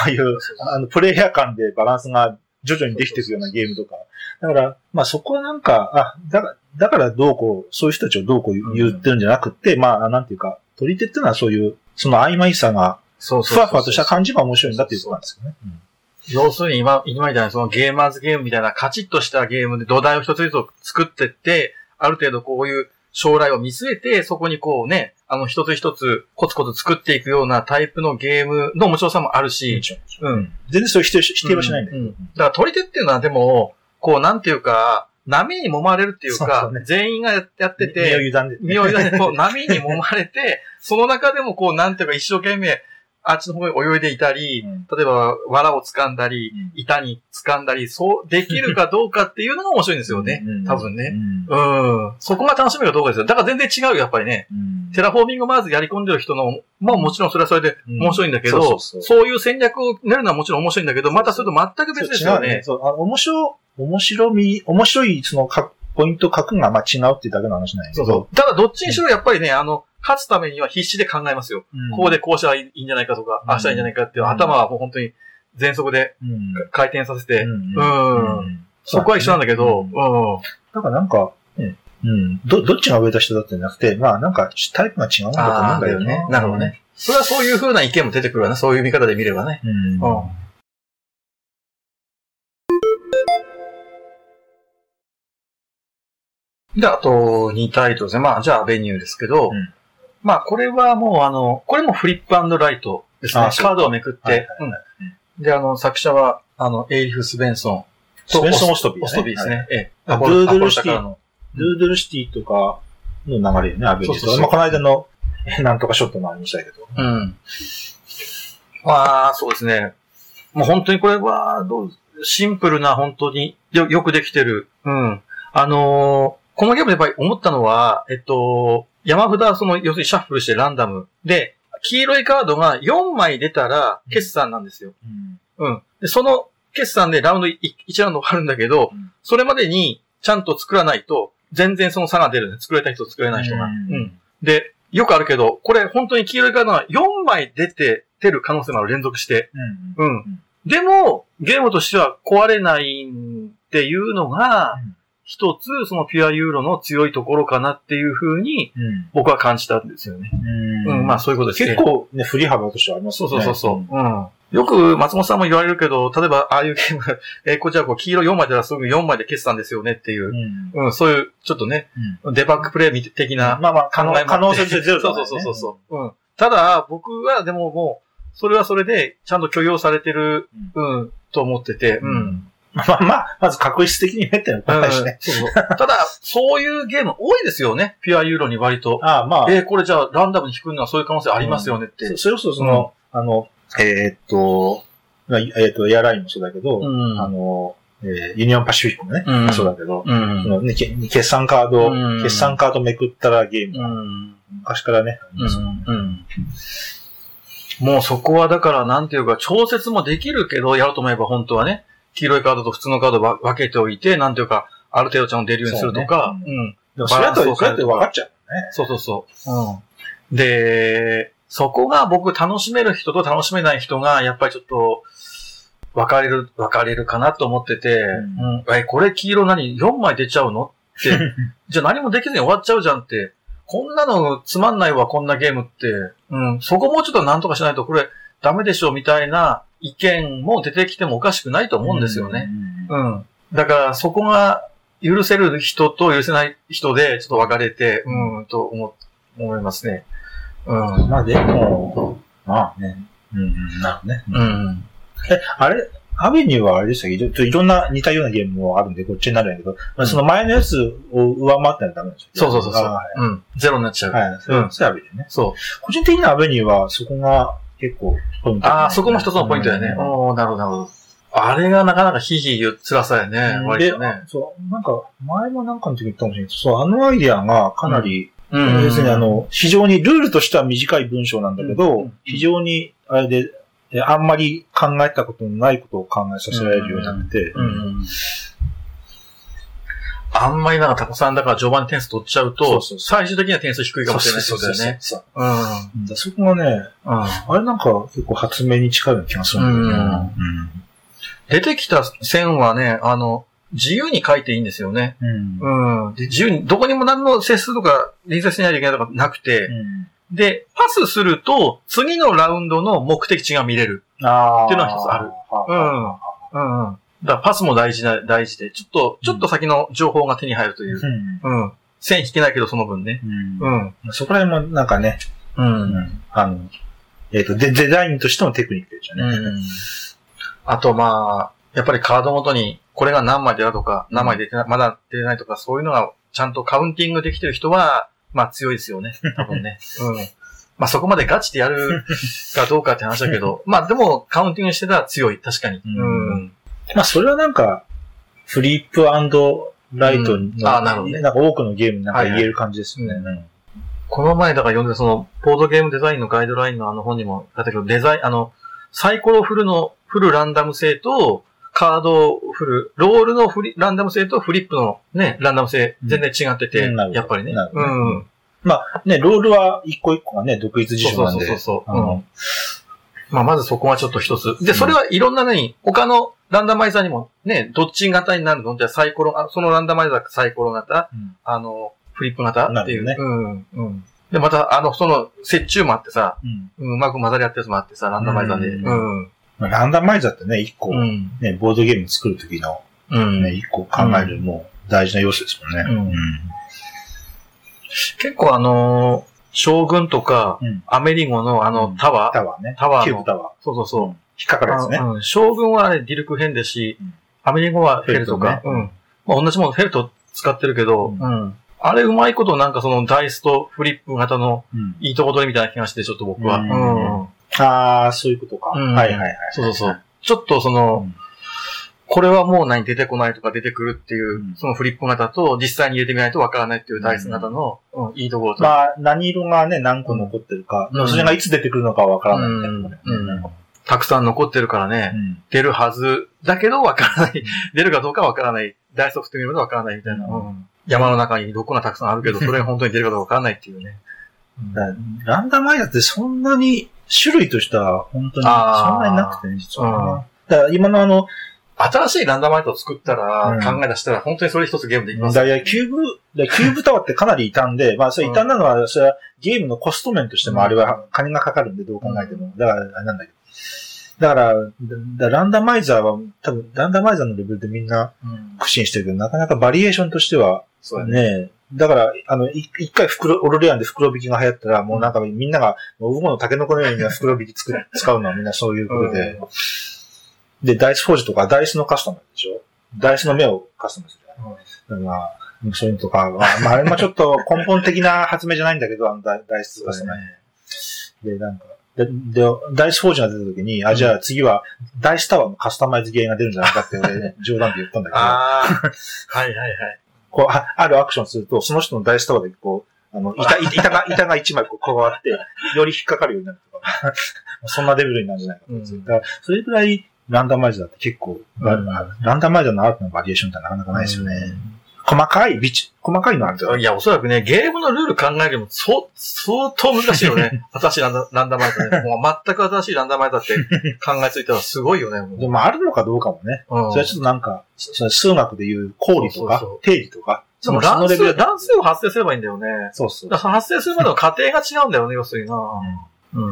[SPEAKER 2] あいう、あの、プレイヤー間でバランスが徐々にできていくようなゲームとか。だから、まあそこはなんか、あ、だから、だからどうこう、そういう人たちをどうこう言ってるんじゃなくて、まあなんていうか、取り手っていうのはそういう、その曖昧さが
[SPEAKER 1] そうそうそうそう。
[SPEAKER 2] ふわふわとした感じが面白いんだっていうことなんですよね。
[SPEAKER 1] 要するに今、今みたいなそのゲーマーズゲームみたいなカチッとしたゲームで土台を一つずつ作ってって、ある程度こういう将来を見据えて、そこにこうね、あの一つ一つコツコツ作っていくようなタイプのゲームの面白さもあるし、うん。
[SPEAKER 2] 全然それ否定し否定はしないんだよ。
[SPEAKER 1] ううだから取り手っていうのはでも、こうなんていうか、波に揉まれるっていうか、
[SPEAKER 2] そうそうね
[SPEAKER 1] 全員がやってて、
[SPEAKER 2] 身を委ねて。
[SPEAKER 1] 身を委ねて、こう、 波に揉まれて、その中でもこう、なんていうか一生懸命、あっちの方に泳いでいたり、
[SPEAKER 2] うん
[SPEAKER 1] 例えば、藁を掴んだり
[SPEAKER 2] うん、
[SPEAKER 1] 板に掴んだり、そう、できるかどうかっていうのが面白いんですよね。多分ね。うん。そこが楽しめるかどうかですよ。だから全然違うよ、やっぱりね。
[SPEAKER 2] うん。
[SPEAKER 1] テラフォーミングまずやり込んでる人の、まあもちろんそれはそれで面白いんだけ
[SPEAKER 2] うんそ
[SPEAKER 1] ど、
[SPEAKER 2] うそうそう
[SPEAKER 1] そういう戦略を練るのはもちろん面白いんだけど、またそれと全く別です
[SPEAKER 2] そ
[SPEAKER 1] よ
[SPEAKER 2] う違うね。
[SPEAKER 1] ね。
[SPEAKER 2] そう、あの、面白、面白み、面白い、その、かポイント角がまあ違うっていうだけの話なんやけ
[SPEAKER 1] そ
[SPEAKER 2] ど。
[SPEAKER 1] うそう。ただどっちにしろやっぱりね、あの、勝つためには必死で考えますよ。
[SPEAKER 2] うん
[SPEAKER 1] ここでこうしたらいいんじゃないかとか、
[SPEAKER 2] うん
[SPEAKER 1] ああしたらいいんじゃないかっていう
[SPEAKER 2] うん
[SPEAKER 1] 頭はもう本当に全速で
[SPEAKER 2] うん。
[SPEAKER 1] 回転させて、
[SPEAKER 2] うん
[SPEAKER 1] うん
[SPEAKER 2] うん
[SPEAKER 1] そこは一緒なんだけど、
[SPEAKER 2] う
[SPEAKER 1] うんん。
[SPEAKER 2] だからなんか、ねうん。ど、どっちが上だ人だってなくて、まあなんかタイプが違うんだと思うんだよね
[SPEAKER 1] あ。ーなるほどね。それはそういう風な意見も出てくるわな、そういう見方で見ればね。
[SPEAKER 2] うん。
[SPEAKER 1] うんで、あと、2タイトルですね。まあ、じゃあ、アベニューですけど、
[SPEAKER 2] うん
[SPEAKER 1] まあ、これはもう、あの、これもフリップライトですね
[SPEAKER 2] あ。そう
[SPEAKER 1] カードをめくって、
[SPEAKER 2] はいはい
[SPEAKER 1] うんで、あの、作者は、あの、エイリフ・スベンソン
[SPEAKER 2] ス
[SPEAKER 1] と
[SPEAKER 2] ベンソン・オストビー、ね。
[SPEAKER 1] オストビーです
[SPEAKER 2] はい。
[SPEAKER 1] ね。ええ。
[SPEAKER 2] あ
[SPEAKER 1] アポロ
[SPEAKER 2] ドゥードゥルシティ
[SPEAKER 1] アポロ社からの
[SPEAKER 2] ルードルシティとかの流れよね、アベレージと
[SPEAKER 1] そうそうそ
[SPEAKER 2] か。
[SPEAKER 1] う
[SPEAKER 2] まあこの間の、 えなんとかショットもありましたけど。
[SPEAKER 1] うん。まあ、そうですね。もう本当にこれは、どうシンプルな、本当によよくできてる。うん。あのーこのゲームでやっぱり思ったのは、えっと、山札はその、要するにシャッフルしてランダム。で、黄色いカードが4枚出たら、決算なんですよ。うん。で、その決算でラウンド1ラウンドがあるんだけど、
[SPEAKER 2] うん
[SPEAKER 1] それまでにちゃんと作らないと、全然その差が出るんです。作れた人と作れない人が。
[SPEAKER 2] うん
[SPEAKER 1] うんで、よくあるけど、これ本当に黄色いカードが4枚出て、出る可能性もある、連続して。
[SPEAKER 2] うん。
[SPEAKER 1] うん。でも、ゲームとしては壊れないっていうのが、
[SPEAKER 2] うん
[SPEAKER 1] 一つ、そのピュアユーロの強いところかなっていうふうに、
[SPEAKER 2] うん。
[SPEAKER 1] 僕は感じたんですよね。
[SPEAKER 2] うん。
[SPEAKER 1] うん、まあそういうことですね。
[SPEAKER 2] 結構ね、振り幅としてはあります
[SPEAKER 1] そ
[SPEAKER 2] よ
[SPEAKER 1] う
[SPEAKER 2] ね。
[SPEAKER 1] そうそうそう、うん。よく松本さんも言われるけど、例えばああいうゲーム、 えーこちらこう黄色4枚ではすぐ4枚で消したんですよねっていうう、
[SPEAKER 2] ん。
[SPEAKER 1] うん、そういうちょっとね、デバッグプレイ的
[SPEAKER 2] まあ
[SPEAKER 1] な
[SPEAKER 2] まあ、可
[SPEAKER 1] 考えもあっ
[SPEAKER 2] 能
[SPEAKER 1] て
[SPEAKER 2] 可能性としてゼロ
[SPEAKER 1] そ
[SPEAKER 2] だ
[SPEAKER 1] う
[SPEAKER 2] ね
[SPEAKER 1] そうそうそう。うん。ただ、僕はでももう、それはそれでちゃんと許容されてる、うん、と思ってて、う。
[SPEAKER 2] うんん。まあまあ、まず確率的にねってのは怖いしね。
[SPEAKER 1] そうそうただ、そういうゲーム多いですよね。ピュアユーロに割と。
[SPEAKER 2] ああ、まあ、
[SPEAKER 1] えーこれじゃあランダムに引くのはそういう可能性ありますよねって
[SPEAKER 2] そ。それこそその、あの、えーっと、まあえーっと、エアラインもそうだけど、
[SPEAKER 1] ん
[SPEAKER 2] あの、ええーユニオンパシフィックのね、
[SPEAKER 1] うん
[SPEAKER 2] そうだけど、
[SPEAKER 1] うん
[SPEAKER 2] そのねけ決算カード、
[SPEAKER 1] うん
[SPEAKER 2] 決算カードめくったらゲーム、
[SPEAKER 1] うん
[SPEAKER 2] 昔からね、ありますよね
[SPEAKER 1] うんもうそこはだから、なんていうか、調節もできるけど、やろうと思えば本当はね、黄色いカードと普通のカードば分けておいて、なんていうか、ある程度ちゃんと出るようにするとか、
[SPEAKER 2] そう
[SPEAKER 1] うん。
[SPEAKER 2] でもそれだ
[SPEAKER 1] バラ
[SPEAKER 2] と、
[SPEAKER 1] ンスを
[SPEAKER 2] そ
[SPEAKER 1] 変え
[SPEAKER 2] れだ
[SPEAKER 1] る
[SPEAKER 2] と分かっちゃう。
[SPEAKER 1] そうそうそう。うん。で、そこが僕楽しめる人と楽しめない人が、やっぱりちょっと、分かれる、分かれるかなと思ってて、
[SPEAKER 2] う
[SPEAKER 1] うん、え、これ黄色何 ?4 枚出ちゃうの って、じゃあ何もできずに終わっちゃうじゃんって、こんなのつまんないわ、こんなゲームって。うん、そこもうちょっとなんとかしないと、これダメでしょ、みたいな意見も出てきてもおかしくないと思うんですよね。
[SPEAKER 2] うん。
[SPEAKER 1] うん。だから、そこが許せる人と許せない人で、ちょっと分かれて、うーん、と思、思いますね。うん。
[SPEAKER 2] まあでも、まあね、うん、なるほどね。
[SPEAKER 1] うん。
[SPEAKER 2] あれ、アベニューはあれでしたっけちょっといろんな似たようなゲームもあるんで、こっちになるんやけど、まあその前のやつを上回ったらダメなんでしょ
[SPEAKER 1] そうそうそうそう
[SPEAKER 2] は。
[SPEAKER 1] うん。ゼロになっちゃ。
[SPEAKER 2] いうはい。それ
[SPEAKER 1] うん
[SPEAKER 2] それアベニューね。
[SPEAKER 1] そ
[SPEAKER 2] 個人的にはアベニューはそこが結構ポイン
[SPEAKER 1] う。
[SPEAKER 2] ト。
[SPEAKER 1] ああ、そこも一つのポイントだよね。
[SPEAKER 2] うん
[SPEAKER 1] おおなるほど、なるほど。あれがなかなかヒーヒー言う辛さや
[SPEAKER 2] う
[SPEAKER 1] ね
[SPEAKER 2] ん。
[SPEAKER 1] 割とね。
[SPEAKER 2] そう、なんか、前もなんかの時言ったかもしれないけど、そう、あのアイデアがかなり、
[SPEAKER 1] う
[SPEAKER 2] 要するにあ、の、非常にルールとしては短い文章なんだけど、
[SPEAKER 1] うん
[SPEAKER 2] 非常に、あれで、えあんまり考えたことのないことを考えさせられるようになって、
[SPEAKER 1] うん。あんまりなんかタコさんだから序盤に点数取っちゃう
[SPEAKER 2] そう
[SPEAKER 1] と、
[SPEAKER 2] そう
[SPEAKER 1] 最終的には点数低いかもしれないって
[SPEAKER 2] そ
[SPEAKER 1] こ
[SPEAKER 2] う
[SPEAKER 1] とだよ
[SPEAKER 2] そうそう
[SPEAKER 1] ね。
[SPEAKER 2] そう。
[SPEAKER 1] うん。
[SPEAKER 2] うんだそこがね、
[SPEAKER 1] うん。
[SPEAKER 2] あれなんか結構発明に近いような気がするんだよね。
[SPEAKER 1] 出てきた線はね、あの、自由に書いていいんですよね。
[SPEAKER 2] うん。うん。
[SPEAKER 1] うん。で自由に、どこにも何の整数とか、連接しないといけないとかなくて、で、パスすると、次のラウンドの目的地が見れる。
[SPEAKER 2] ああ。
[SPEAKER 1] っていうのは一つある
[SPEAKER 2] は
[SPEAKER 1] ん。うんうん。だからパスも大事な、大事で、ちょっと、ちょっと先の情報が手に入るという。
[SPEAKER 2] い。
[SPEAKER 1] うん。線引けないけど、その分ね。
[SPEAKER 2] うん。
[SPEAKER 1] う
[SPEAKER 2] うん
[SPEAKER 1] ん。
[SPEAKER 2] そこら辺もなんかね、
[SPEAKER 1] うん。
[SPEAKER 2] あの、えっ、とデ、デザインとしてのテクニックですよね。
[SPEAKER 1] うん。あと、まあ、やっぱりカードごとに、これが何枚出たとか、何枚出てない、まだ出てないとか、そういうのがちゃんとカウンティングできてる人は、まあ強いですよ ね。多分ね。うん。まあそこまでガチでやるかどうかって話だけ ど、まあでもカウンティングしてたら強い、確かに。
[SPEAKER 2] うん
[SPEAKER 1] うん。
[SPEAKER 2] まあ、それはなんか、フリップライトの、
[SPEAKER 1] うんあーなるほどね
[SPEAKER 2] んか多くのゲームになんか言える感じですよね。
[SPEAKER 1] はこの前だから読んで、その、ボードゲームデザインのガイドラインのあの本にもだったけど、デザイン、あの、サイコロ振るの、振るランダム性と、カードを振る、ロールの振り、ランダム性とフリップのね、ランダム性、全然違ってて、
[SPEAKER 2] うんなるほど
[SPEAKER 1] やっぱりね。
[SPEAKER 2] なるほ
[SPEAKER 1] う
[SPEAKER 2] どね
[SPEAKER 1] ん。
[SPEAKER 2] ね、ロールは一個一個がね、独立辞書
[SPEAKER 1] そう
[SPEAKER 2] なん
[SPEAKER 1] そう
[SPEAKER 2] で。
[SPEAKER 1] そうそう。
[SPEAKER 2] あ
[SPEAKER 1] うん
[SPEAKER 2] の
[SPEAKER 1] まあ、まずそこはちょっと一つ。で、
[SPEAKER 2] うん
[SPEAKER 1] それはいろんな何、他のランダマイザーにもね、どっち型になるのじゃあサイコロ、あそのランダマイザーがサイコロ型、
[SPEAKER 2] うん
[SPEAKER 1] あの、フリップ型っていう。
[SPEAKER 2] なる
[SPEAKER 1] うん。うん。で、また、あの、その、折衷もあってさ、
[SPEAKER 2] うん
[SPEAKER 1] うんうまく混ざり合ったやつもあってさ、ランダマイザーで。
[SPEAKER 2] う
[SPEAKER 1] うん。
[SPEAKER 2] まあランダマイザーってね、一個、
[SPEAKER 1] うん。
[SPEAKER 2] ね、ボードゲーム作るときの、
[SPEAKER 1] うん
[SPEAKER 2] ね、一個考えるもう大事な要素ですもんね。
[SPEAKER 1] うん結構あのー将軍とか、
[SPEAKER 2] うん
[SPEAKER 1] アメリゴのあ
[SPEAKER 2] う
[SPEAKER 1] の
[SPEAKER 2] ん
[SPEAKER 1] タワー、
[SPEAKER 2] タワーね。
[SPEAKER 1] タワー
[SPEAKER 2] キュ
[SPEAKER 1] の
[SPEAKER 2] ーブタワー。
[SPEAKER 1] そうそうそう。
[SPEAKER 2] 引っかかるやつね
[SPEAKER 1] あ。のうん将軍はあれディルク編ですし、
[SPEAKER 2] うん
[SPEAKER 1] アメリゴはフェルトか。
[SPEAKER 2] フェルトね
[SPEAKER 1] うん。まあ同じものフェルト使ってるけど、
[SPEAKER 2] うん
[SPEAKER 1] うんあれうまいことなんかそのダイスとフリップ型の
[SPEAKER 2] うん
[SPEAKER 1] いいとこ取りみたいな気がして、ちょっと僕は。
[SPEAKER 2] うん
[SPEAKER 1] うん
[SPEAKER 2] ああ、そういうことか。
[SPEAKER 1] うん
[SPEAKER 2] はいはいはい。
[SPEAKER 1] そうそうそう。ちょっとその、
[SPEAKER 2] うん
[SPEAKER 1] これはもう何出てこないとか出てくるっていう、
[SPEAKER 2] うん
[SPEAKER 1] そのフリップ型と実際に入れてみないとわからないっていうダイス型の、うんいいところと。
[SPEAKER 2] まあ、何色がね、何個残ってるか、
[SPEAKER 1] うん
[SPEAKER 2] それがいつ出てくるのかわからないみたいなことだよね
[SPEAKER 1] うんたくさん残ってるからね、出るはずだけどわからない。出るかどうかわからない。ダイスを振ってみるとわからないみたいな、
[SPEAKER 2] うん
[SPEAKER 1] うん山の中にどこがたくさんあるけ ど、それが本当に出るかどうかわからないっていうね。
[SPEAKER 2] だランダマイザーってそんなに種類としては本当にそん
[SPEAKER 1] あー
[SPEAKER 2] なになくてね、実
[SPEAKER 1] うん
[SPEAKER 2] はね。だから今のあの、
[SPEAKER 1] 新しいランダマイトを作ったら、
[SPEAKER 2] うん
[SPEAKER 1] 考え出したら、本当にそれ一つゲームできます。
[SPEAKER 2] ダイヤキューブ、だからキューブタワーってかなり傷んで、まあそれ傷んだのは、それはゲームのコスト面としてもあれは金がかかるんで、どう考えても。だから、あれなんだけど。だから、だだランダマイザーは、多分、ランダマイザーのレベルでみんな
[SPEAKER 1] うん
[SPEAKER 2] 苦心してるけど、なかなかバリエーションとしては、
[SPEAKER 1] そうだね。
[SPEAKER 2] ねえ。だから、あの、い一回袋、オルレアンで袋引きが流行ったら、もうなんかみんなが、もうウゴのタケノコのようにみんな袋引き作る使うのはみんなそういうことで。で、ダイスフォージとかダイスのカスタムでしょダイスの目をカスタムする。まあ、そういうのとか、まあ、まああれもちょっと根本的な発明じゃないんだけど、あのダイダイスとかね。で、なんか、で、で、ダイスフォージが出た時に、あ、じゃあ次は、ダイスタワーのカスタマイズゲーが出るんじゃないかって俺ね、冗談で言ったんだけど、
[SPEAKER 1] ああ。はいはいはい。
[SPEAKER 2] こう、ああるアクションすると、その人のダイスタワーで、こう、あの、 板、板板が、板が一枚こう加わって、より引っかかるようになるとか、そんなレベルになるんじゃないかと、
[SPEAKER 1] うん
[SPEAKER 2] だから、それぐらい、ランダマイズだって結構、あ
[SPEAKER 1] うん
[SPEAKER 2] ランダマイズのアートのバリエーションってなかなかないですよね。細かい、ビチ、細かいのあるんだよ
[SPEAKER 1] いや、おそらくね、ゲームのルール考えるのも、そう、相当難しいよ ね。私ランダ、ランダマイザーね。もう全く新しいランダマイザーって考えついたらすごいよね。もう
[SPEAKER 2] でも、あるのか どうかもね。
[SPEAKER 1] うん
[SPEAKER 2] それはちょっとなんか、そそれ数学でいう公理とか
[SPEAKER 1] そうそうそう、
[SPEAKER 2] 定理とか、
[SPEAKER 1] でも
[SPEAKER 2] その
[SPEAKER 1] 乱
[SPEAKER 2] レベ
[SPEAKER 1] 数、
[SPEAKER 2] ルだと
[SPEAKER 1] 乱数を発生すればいいんだよね。
[SPEAKER 2] そうそう。
[SPEAKER 1] だから発生するまでの過程が違うんだよね、要するに
[SPEAKER 2] う
[SPEAKER 1] な。
[SPEAKER 2] ん
[SPEAKER 1] うん。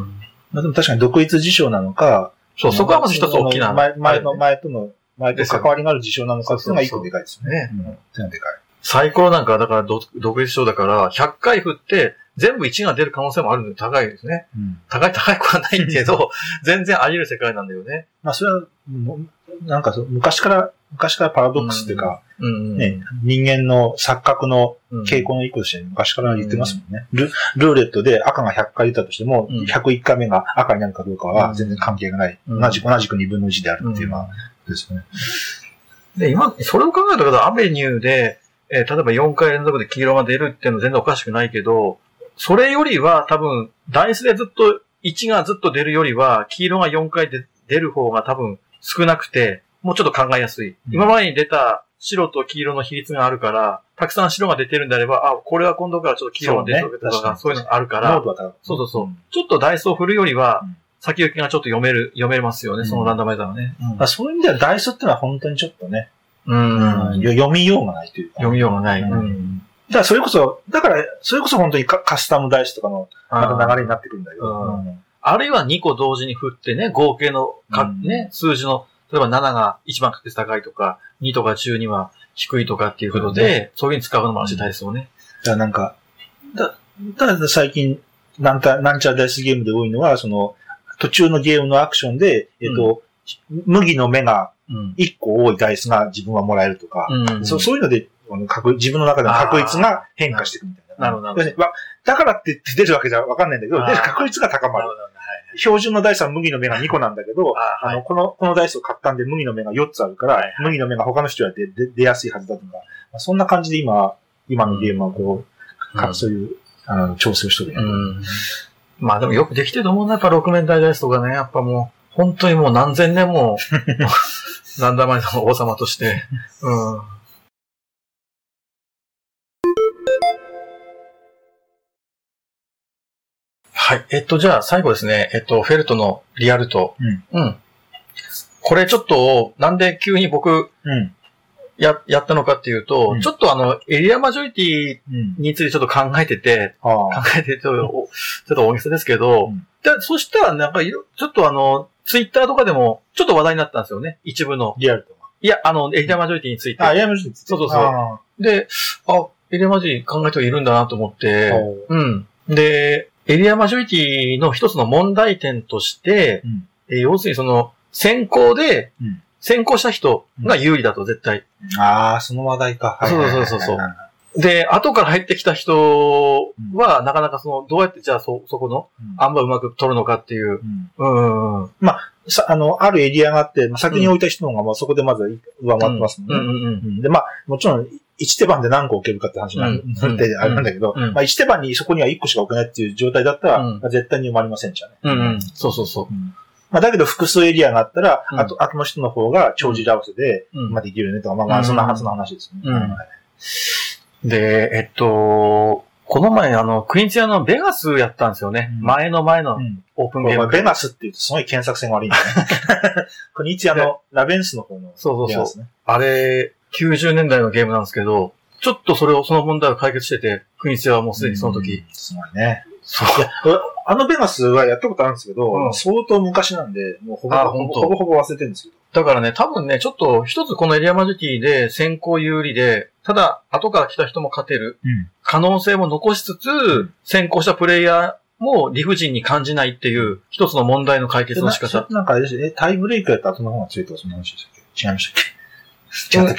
[SPEAKER 2] まあでも確かに独立事象なのか、
[SPEAKER 1] そう、そこはまず一つ大きな。
[SPEAKER 2] 前前の、
[SPEAKER 1] ね
[SPEAKER 2] 前との、前と関わりのある事象なのかっていうのが一個でかいですね。
[SPEAKER 1] ね。
[SPEAKER 2] うん。っていうのがでかい。
[SPEAKER 1] サイコロなんか、だから独、独立症だから、100回振って、全部1が出る可能性もあるので高いですね。
[SPEAKER 2] うん。
[SPEAKER 1] 高い高い子はないけ ど、全然あり得る世界なんだよね。
[SPEAKER 2] まあそれは、もうなんかそう昔から、昔からパラドックスっていうか、
[SPEAKER 1] うん。
[SPEAKER 2] ね、人間の錯覚の
[SPEAKER 1] うん
[SPEAKER 2] 傾向の一個として昔から言ってますもんね。ルルーレットで赤が100回出たとしても、
[SPEAKER 1] うん
[SPEAKER 2] 101回目が赤になるかどうか
[SPEAKER 1] う
[SPEAKER 2] は
[SPEAKER 1] ん
[SPEAKER 2] 全然関係がない。
[SPEAKER 1] うん
[SPEAKER 2] 同じく、同じく2分の1であるっていうの
[SPEAKER 1] う
[SPEAKER 2] は、ですね。
[SPEAKER 1] で、今、それを考えたら、アベニューで、えー例えば4回連続で黄色が出るっていうのは全然おかしくないけど、それよりは多分、ダイスでずっと、1がずっと出るよりは、黄色が4回で出る方が多分少なくて、もうちょっと考えやすい。
[SPEAKER 2] うん
[SPEAKER 1] 今までに出た白と黄色の比率があるから、たくさん白が出てるんであれば、あ、これは今度からちょっと黄色が出てると
[SPEAKER 2] そうね確か
[SPEAKER 1] か、
[SPEAKER 2] に
[SPEAKER 1] そういうのがあるか
[SPEAKER 2] 濃
[SPEAKER 1] ら、
[SPEAKER 2] 度は高い。
[SPEAKER 1] そうそうそう。ちょっとダイスを振るよりは
[SPEAKER 2] うん、
[SPEAKER 1] 先行きがちょっと読める、読めますよ
[SPEAKER 2] う
[SPEAKER 1] ね、
[SPEAKER 2] ん
[SPEAKER 1] そのランダマイザーはね。
[SPEAKER 2] まあ、そういう意味ではダイスってのは本当にちょっとね、
[SPEAKER 1] うん。
[SPEAKER 2] よ読みようがないというか。
[SPEAKER 1] 読みようがない。
[SPEAKER 2] うんだからそれこそ、だから、それこそ本当にカカスタムダイスとかのまた流れになってくるんだけど、
[SPEAKER 1] うん
[SPEAKER 2] うん
[SPEAKER 1] あるいは2個同時に振ってね、合計のか、
[SPEAKER 2] うん
[SPEAKER 1] ね、数字の、例えば7が一番確率高いとか、2とか12は低いとかっていうこと
[SPEAKER 2] そう
[SPEAKER 1] で、そういうふうに使うのもあるし、体操ね。
[SPEAKER 2] だからなんか、だ、だから最近、なんた、なんちゃらダイスゲームで多いのは、その、途中のゲームのアクションで、えっ、と、麦の目が
[SPEAKER 1] うん。
[SPEAKER 2] 1個多いダイスが自分はもらえるとか、
[SPEAKER 1] うん。
[SPEAKER 2] そそういうので、あの確自分の中での確率が変化していくみたいな。
[SPEAKER 1] なるほどなるほど
[SPEAKER 2] 要するにわだからって出るわけじゃわかんないんだけど、
[SPEAKER 1] あー
[SPEAKER 2] 出る確率が高まる。標準のダイスは麦の目が2個なんだけど、
[SPEAKER 1] あ
[SPEAKER 2] あの、この、このダイスを買ったんで、麦の目が4つあるから、麦の目が他の人より出出出やすいはずだとか、まあそんな感じで今、今のゲームはこう、か
[SPEAKER 1] うん
[SPEAKER 2] そういう、あの、調整をしてる、
[SPEAKER 1] うん。まあでもよくできてると思うな、やっぱ六面体ダイスとかね、やっぱもう、本当にもう何千年も、 ランダマイザーの王様として、うん。はい。えっと、じゃあ最後ですね。えっと、フェルトのリアルト。うん。これちょっと、なんで急に僕
[SPEAKER 2] うん。
[SPEAKER 1] や、やったのかっていうと、
[SPEAKER 2] うん
[SPEAKER 1] ちょっとあの、エリアマジョリティ
[SPEAKER 2] うん。
[SPEAKER 1] についてちょっと考えてて、
[SPEAKER 2] あ
[SPEAKER 1] 考
[SPEAKER 2] あ。
[SPEAKER 1] えてると、おちょっと大げさですけど、
[SPEAKER 2] うん
[SPEAKER 1] でそしたらなんかいろ、ちょっとあの、ツイッターとかでも、ちょっと話題になったんですよね。一部の。
[SPEAKER 2] リアルとか。
[SPEAKER 1] いや、あの、エリアマジョリティについて。
[SPEAKER 2] あ、リアルとか。
[SPEAKER 1] そうそうそう
[SPEAKER 2] あ
[SPEAKER 1] で、あ、エリアマジョリティ考えてはいるんだなと思って
[SPEAKER 2] あ。、う
[SPEAKER 1] うん。で、エリアマジョリティの一つの問題点として、
[SPEAKER 2] ん。
[SPEAKER 1] えー要するにその、先行で
[SPEAKER 2] うん、
[SPEAKER 1] 先行した人が有利だと、絶対。
[SPEAKER 2] ああ、その話題か。はいはいはいはい
[SPEAKER 1] そうそうそうそうで、後から入ってきた人は、なかなかその、どうやってじゃあそ、そこの、
[SPEAKER 2] うん
[SPEAKER 1] あんまうまく取るのかっていう。う
[SPEAKER 2] うん
[SPEAKER 1] んうんうん。
[SPEAKER 2] さ、あの、あるエリアがあって、まあ先に置いた人の方が、まあそこでまず上回ってますもんね。
[SPEAKER 1] うんうんうん。
[SPEAKER 2] うんで、まあ、もちろん、1手番で何個置けるかって話になる
[SPEAKER 1] うん
[SPEAKER 2] なんで、あれなんだけど、
[SPEAKER 1] うん
[SPEAKER 2] まあ、1手番にそこには1個しか置けないっていう状態だったら、
[SPEAKER 1] うん
[SPEAKER 2] まあ絶対に埋まりませんじゃね。
[SPEAKER 1] うんうん。そうそうそ
[SPEAKER 2] うんまあ、だけど、複数エリアがあったら、
[SPEAKER 1] うん
[SPEAKER 2] あと、あとの人の方が長寿合わせで、
[SPEAKER 1] う。うん
[SPEAKER 2] まあ、できるよねとか、まあ、ま
[SPEAKER 1] う
[SPEAKER 2] あ、
[SPEAKER 1] ん
[SPEAKER 2] そんなはずの話ですよね。
[SPEAKER 1] うん
[SPEAKER 2] はい
[SPEAKER 1] で、えっと、この前、あの、クインツィアのベガスやったんですよね。
[SPEAKER 2] うん
[SPEAKER 1] 前の前の
[SPEAKER 2] うん
[SPEAKER 1] オープン
[SPEAKER 2] これ
[SPEAKER 1] ゲー
[SPEAKER 2] まあ
[SPEAKER 1] ム。
[SPEAKER 2] ベガスって言うとすごい検索性が悪いんだね。 これ、いつあの、ラベンスの方の
[SPEAKER 1] そう
[SPEAKER 2] ベ
[SPEAKER 1] そう
[SPEAKER 2] ガ
[SPEAKER 1] そう。
[SPEAKER 2] スね。
[SPEAKER 1] あれ、90年代のゲームなんですけど、ちょっとそれを、その問題を解決してて、クインツィアはもうすでにその時。
[SPEAKER 2] うん。すごいね。
[SPEAKER 1] そ
[SPEAKER 2] いや、あのベガスはやったことあるんですけど、
[SPEAKER 1] うん
[SPEAKER 2] 相当昔なんで、もうほぼ
[SPEAKER 1] あ
[SPEAKER 2] ほぼ
[SPEAKER 1] 本当
[SPEAKER 2] ほぼほぼ忘れてるんですけど。
[SPEAKER 1] だからね、多分ね、ちょっと一つこのエリアマジョリティで先行有利で、ただ後から来た人も勝てる
[SPEAKER 2] うん
[SPEAKER 1] 可能性も残しつつ、先行したプレイヤーも理不尽に感じないっていう一つの問題の解決の仕
[SPEAKER 2] それ
[SPEAKER 1] 方
[SPEAKER 2] っ。てなんかあれですね、えタイブレイクやった後の方が強いとかそんな話でしたっけ違いましたっけ違ったっ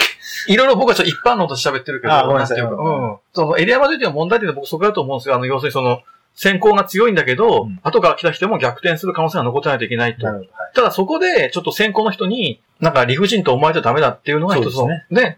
[SPEAKER 2] け
[SPEAKER 1] いろいろ僕はちょっと一般論として喋ってるけど、
[SPEAKER 2] あごめんなさい
[SPEAKER 1] ていうか
[SPEAKER 2] ごめんなさ
[SPEAKER 1] うん。そのエリアマジョリティの問題点で僕そこだと思うんですよ。あの、要するにその、先行が強いんだけど、
[SPEAKER 2] うん
[SPEAKER 1] 後から来た人も逆転する可能性が残ってないといけないと
[SPEAKER 2] な。るほど。はい。
[SPEAKER 1] ただそこで、ちょっと先行の人に、なんか理不尽と思われちゃダメだっていうのが一つ
[SPEAKER 2] そ
[SPEAKER 1] の。
[SPEAKER 2] うで
[SPEAKER 1] ねね。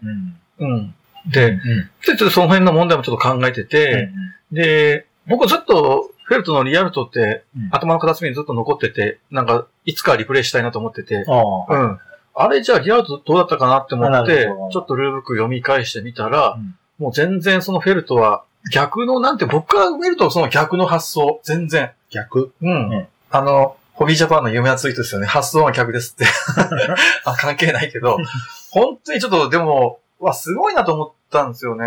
[SPEAKER 2] うん。
[SPEAKER 1] うん。で、で
[SPEAKER 2] うん。
[SPEAKER 1] ちょっとその辺の問題もちょっと考えてて、で、僕ずっと、フェルトのリアルトって、
[SPEAKER 2] うん
[SPEAKER 1] 頭の片隅にずっと残ってて、なんか、いつかリプレイしたいなと思ってて、
[SPEAKER 2] ああ。
[SPEAKER 1] うん。あれじゃあリアルトどうだったかなって思っ
[SPEAKER 2] な
[SPEAKER 1] て
[SPEAKER 2] るほど、
[SPEAKER 1] ちょっとルールブック読み返してみたら、
[SPEAKER 2] うん
[SPEAKER 1] もう全然そのフェルトは逆の、なんて僕から見るとその逆の発想、全然。
[SPEAKER 2] 逆
[SPEAKER 1] うん。
[SPEAKER 2] うん
[SPEAKER 1] あの、ホビージャパンの有名なツイートですよね。発想は逆です って。あ関係ないけど、本当にちょっとでも、わ、すごいなと思ったんですよね。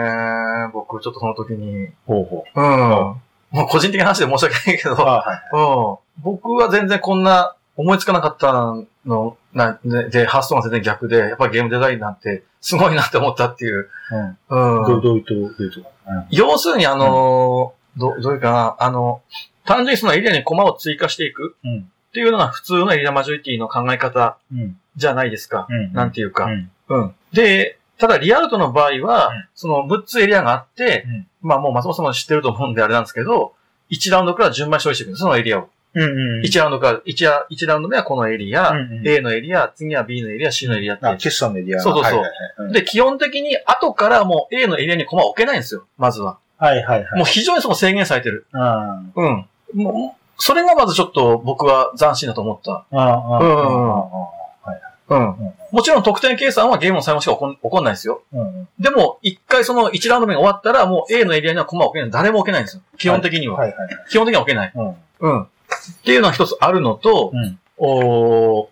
[SPEAKER 1] 僕、ちょっとその時に。
[SPEAKER 2] 方法。
[SPEAKER 1] うん。もう個人的な話で申し訳ないけど、
[SPEAKER 2] ああ、はい。
[SPEAKER 1] うん。僕は全然こんな思いつかなかったのなでで、発想が全然逆で、やっぱりゲームデザインなんてすごいなって思ったっていう。
[SPEAKER 2] うん。
[SPEAKER 1] うん。
[SPEAKER 2] どうどういうと、どういうとこうん。
[SPEAKER 1] 要するにあのーど、どういうかな、あの、単純にそのエリアにコマを追加していく
[SPEAKER 2] うん。
[SPEAKER 1] っていうのが普通のエリアマジョリティの考え方
[SPEAKER 2] うん。
[SPEAKER 1] じゃないですか。
[SPEAKER 2] うん。
[SPEAKER 1] なんていうか
[SPEAKER 2] う。ん。
[SPEAKER 1] うん。で、ただリアルトの場合は、
[SPEAKER 2] うん
[SPEAKER 1] その6つエリアがあって、
[SPEAKER 2] うん
[SPEAKER 1] まあもう松本さんも知ってると思うんであれなんですけど、1ラウンドから順番に処理していくんです、そのエリアを。
[SPEAKER 2] うん。うん。
[SPEAKER 1] 1ラウンドから、1ラ1ラウンド目はこのエリア、
[SPEAKER 2] うんうん
[SPEAKER 1] A のエリア、次は B のエリア、C のエリアって。
[SPEAKER 2] あ、決算のエリア。
[SPEAKER 1] そうそうそう
[SPEAKER 2] はいはいはい。
[SPEAKER 1] で、基本的に後からもう A のエリアに駒を置けないんですよ、まずは。
[SPEAKER 2] はいはいはい。
[SPEAKER 1] もう非常にその制限されてる。
[SPEAKER 2] あ
[SPEAKER 1] うん。もう、それがまずちょっと僕は斬新だと思った。
[SPEAKER 2] あ、ああ、あ
[SPEAKER 1] うん。もちろん得点計算はゲームの最後しか起こん起こんないですよ。
[SPEAKER 2] あ、うん。
[SPEAKER 1] でも、一回その1ラウンド目が終わったら、もう A のエリアには駒を置けない。誰も置けないんですよ。基本的には。
[SPEAKER 2] はいはいはい。
[SPEAKER 1] 基本的には置けない。
[SPEAKER 2] うん。
[SPEAKER 1] うん。っていうのは一つあるのと、
[SPEAKER 2] うん。
[SPEAKER 1] おー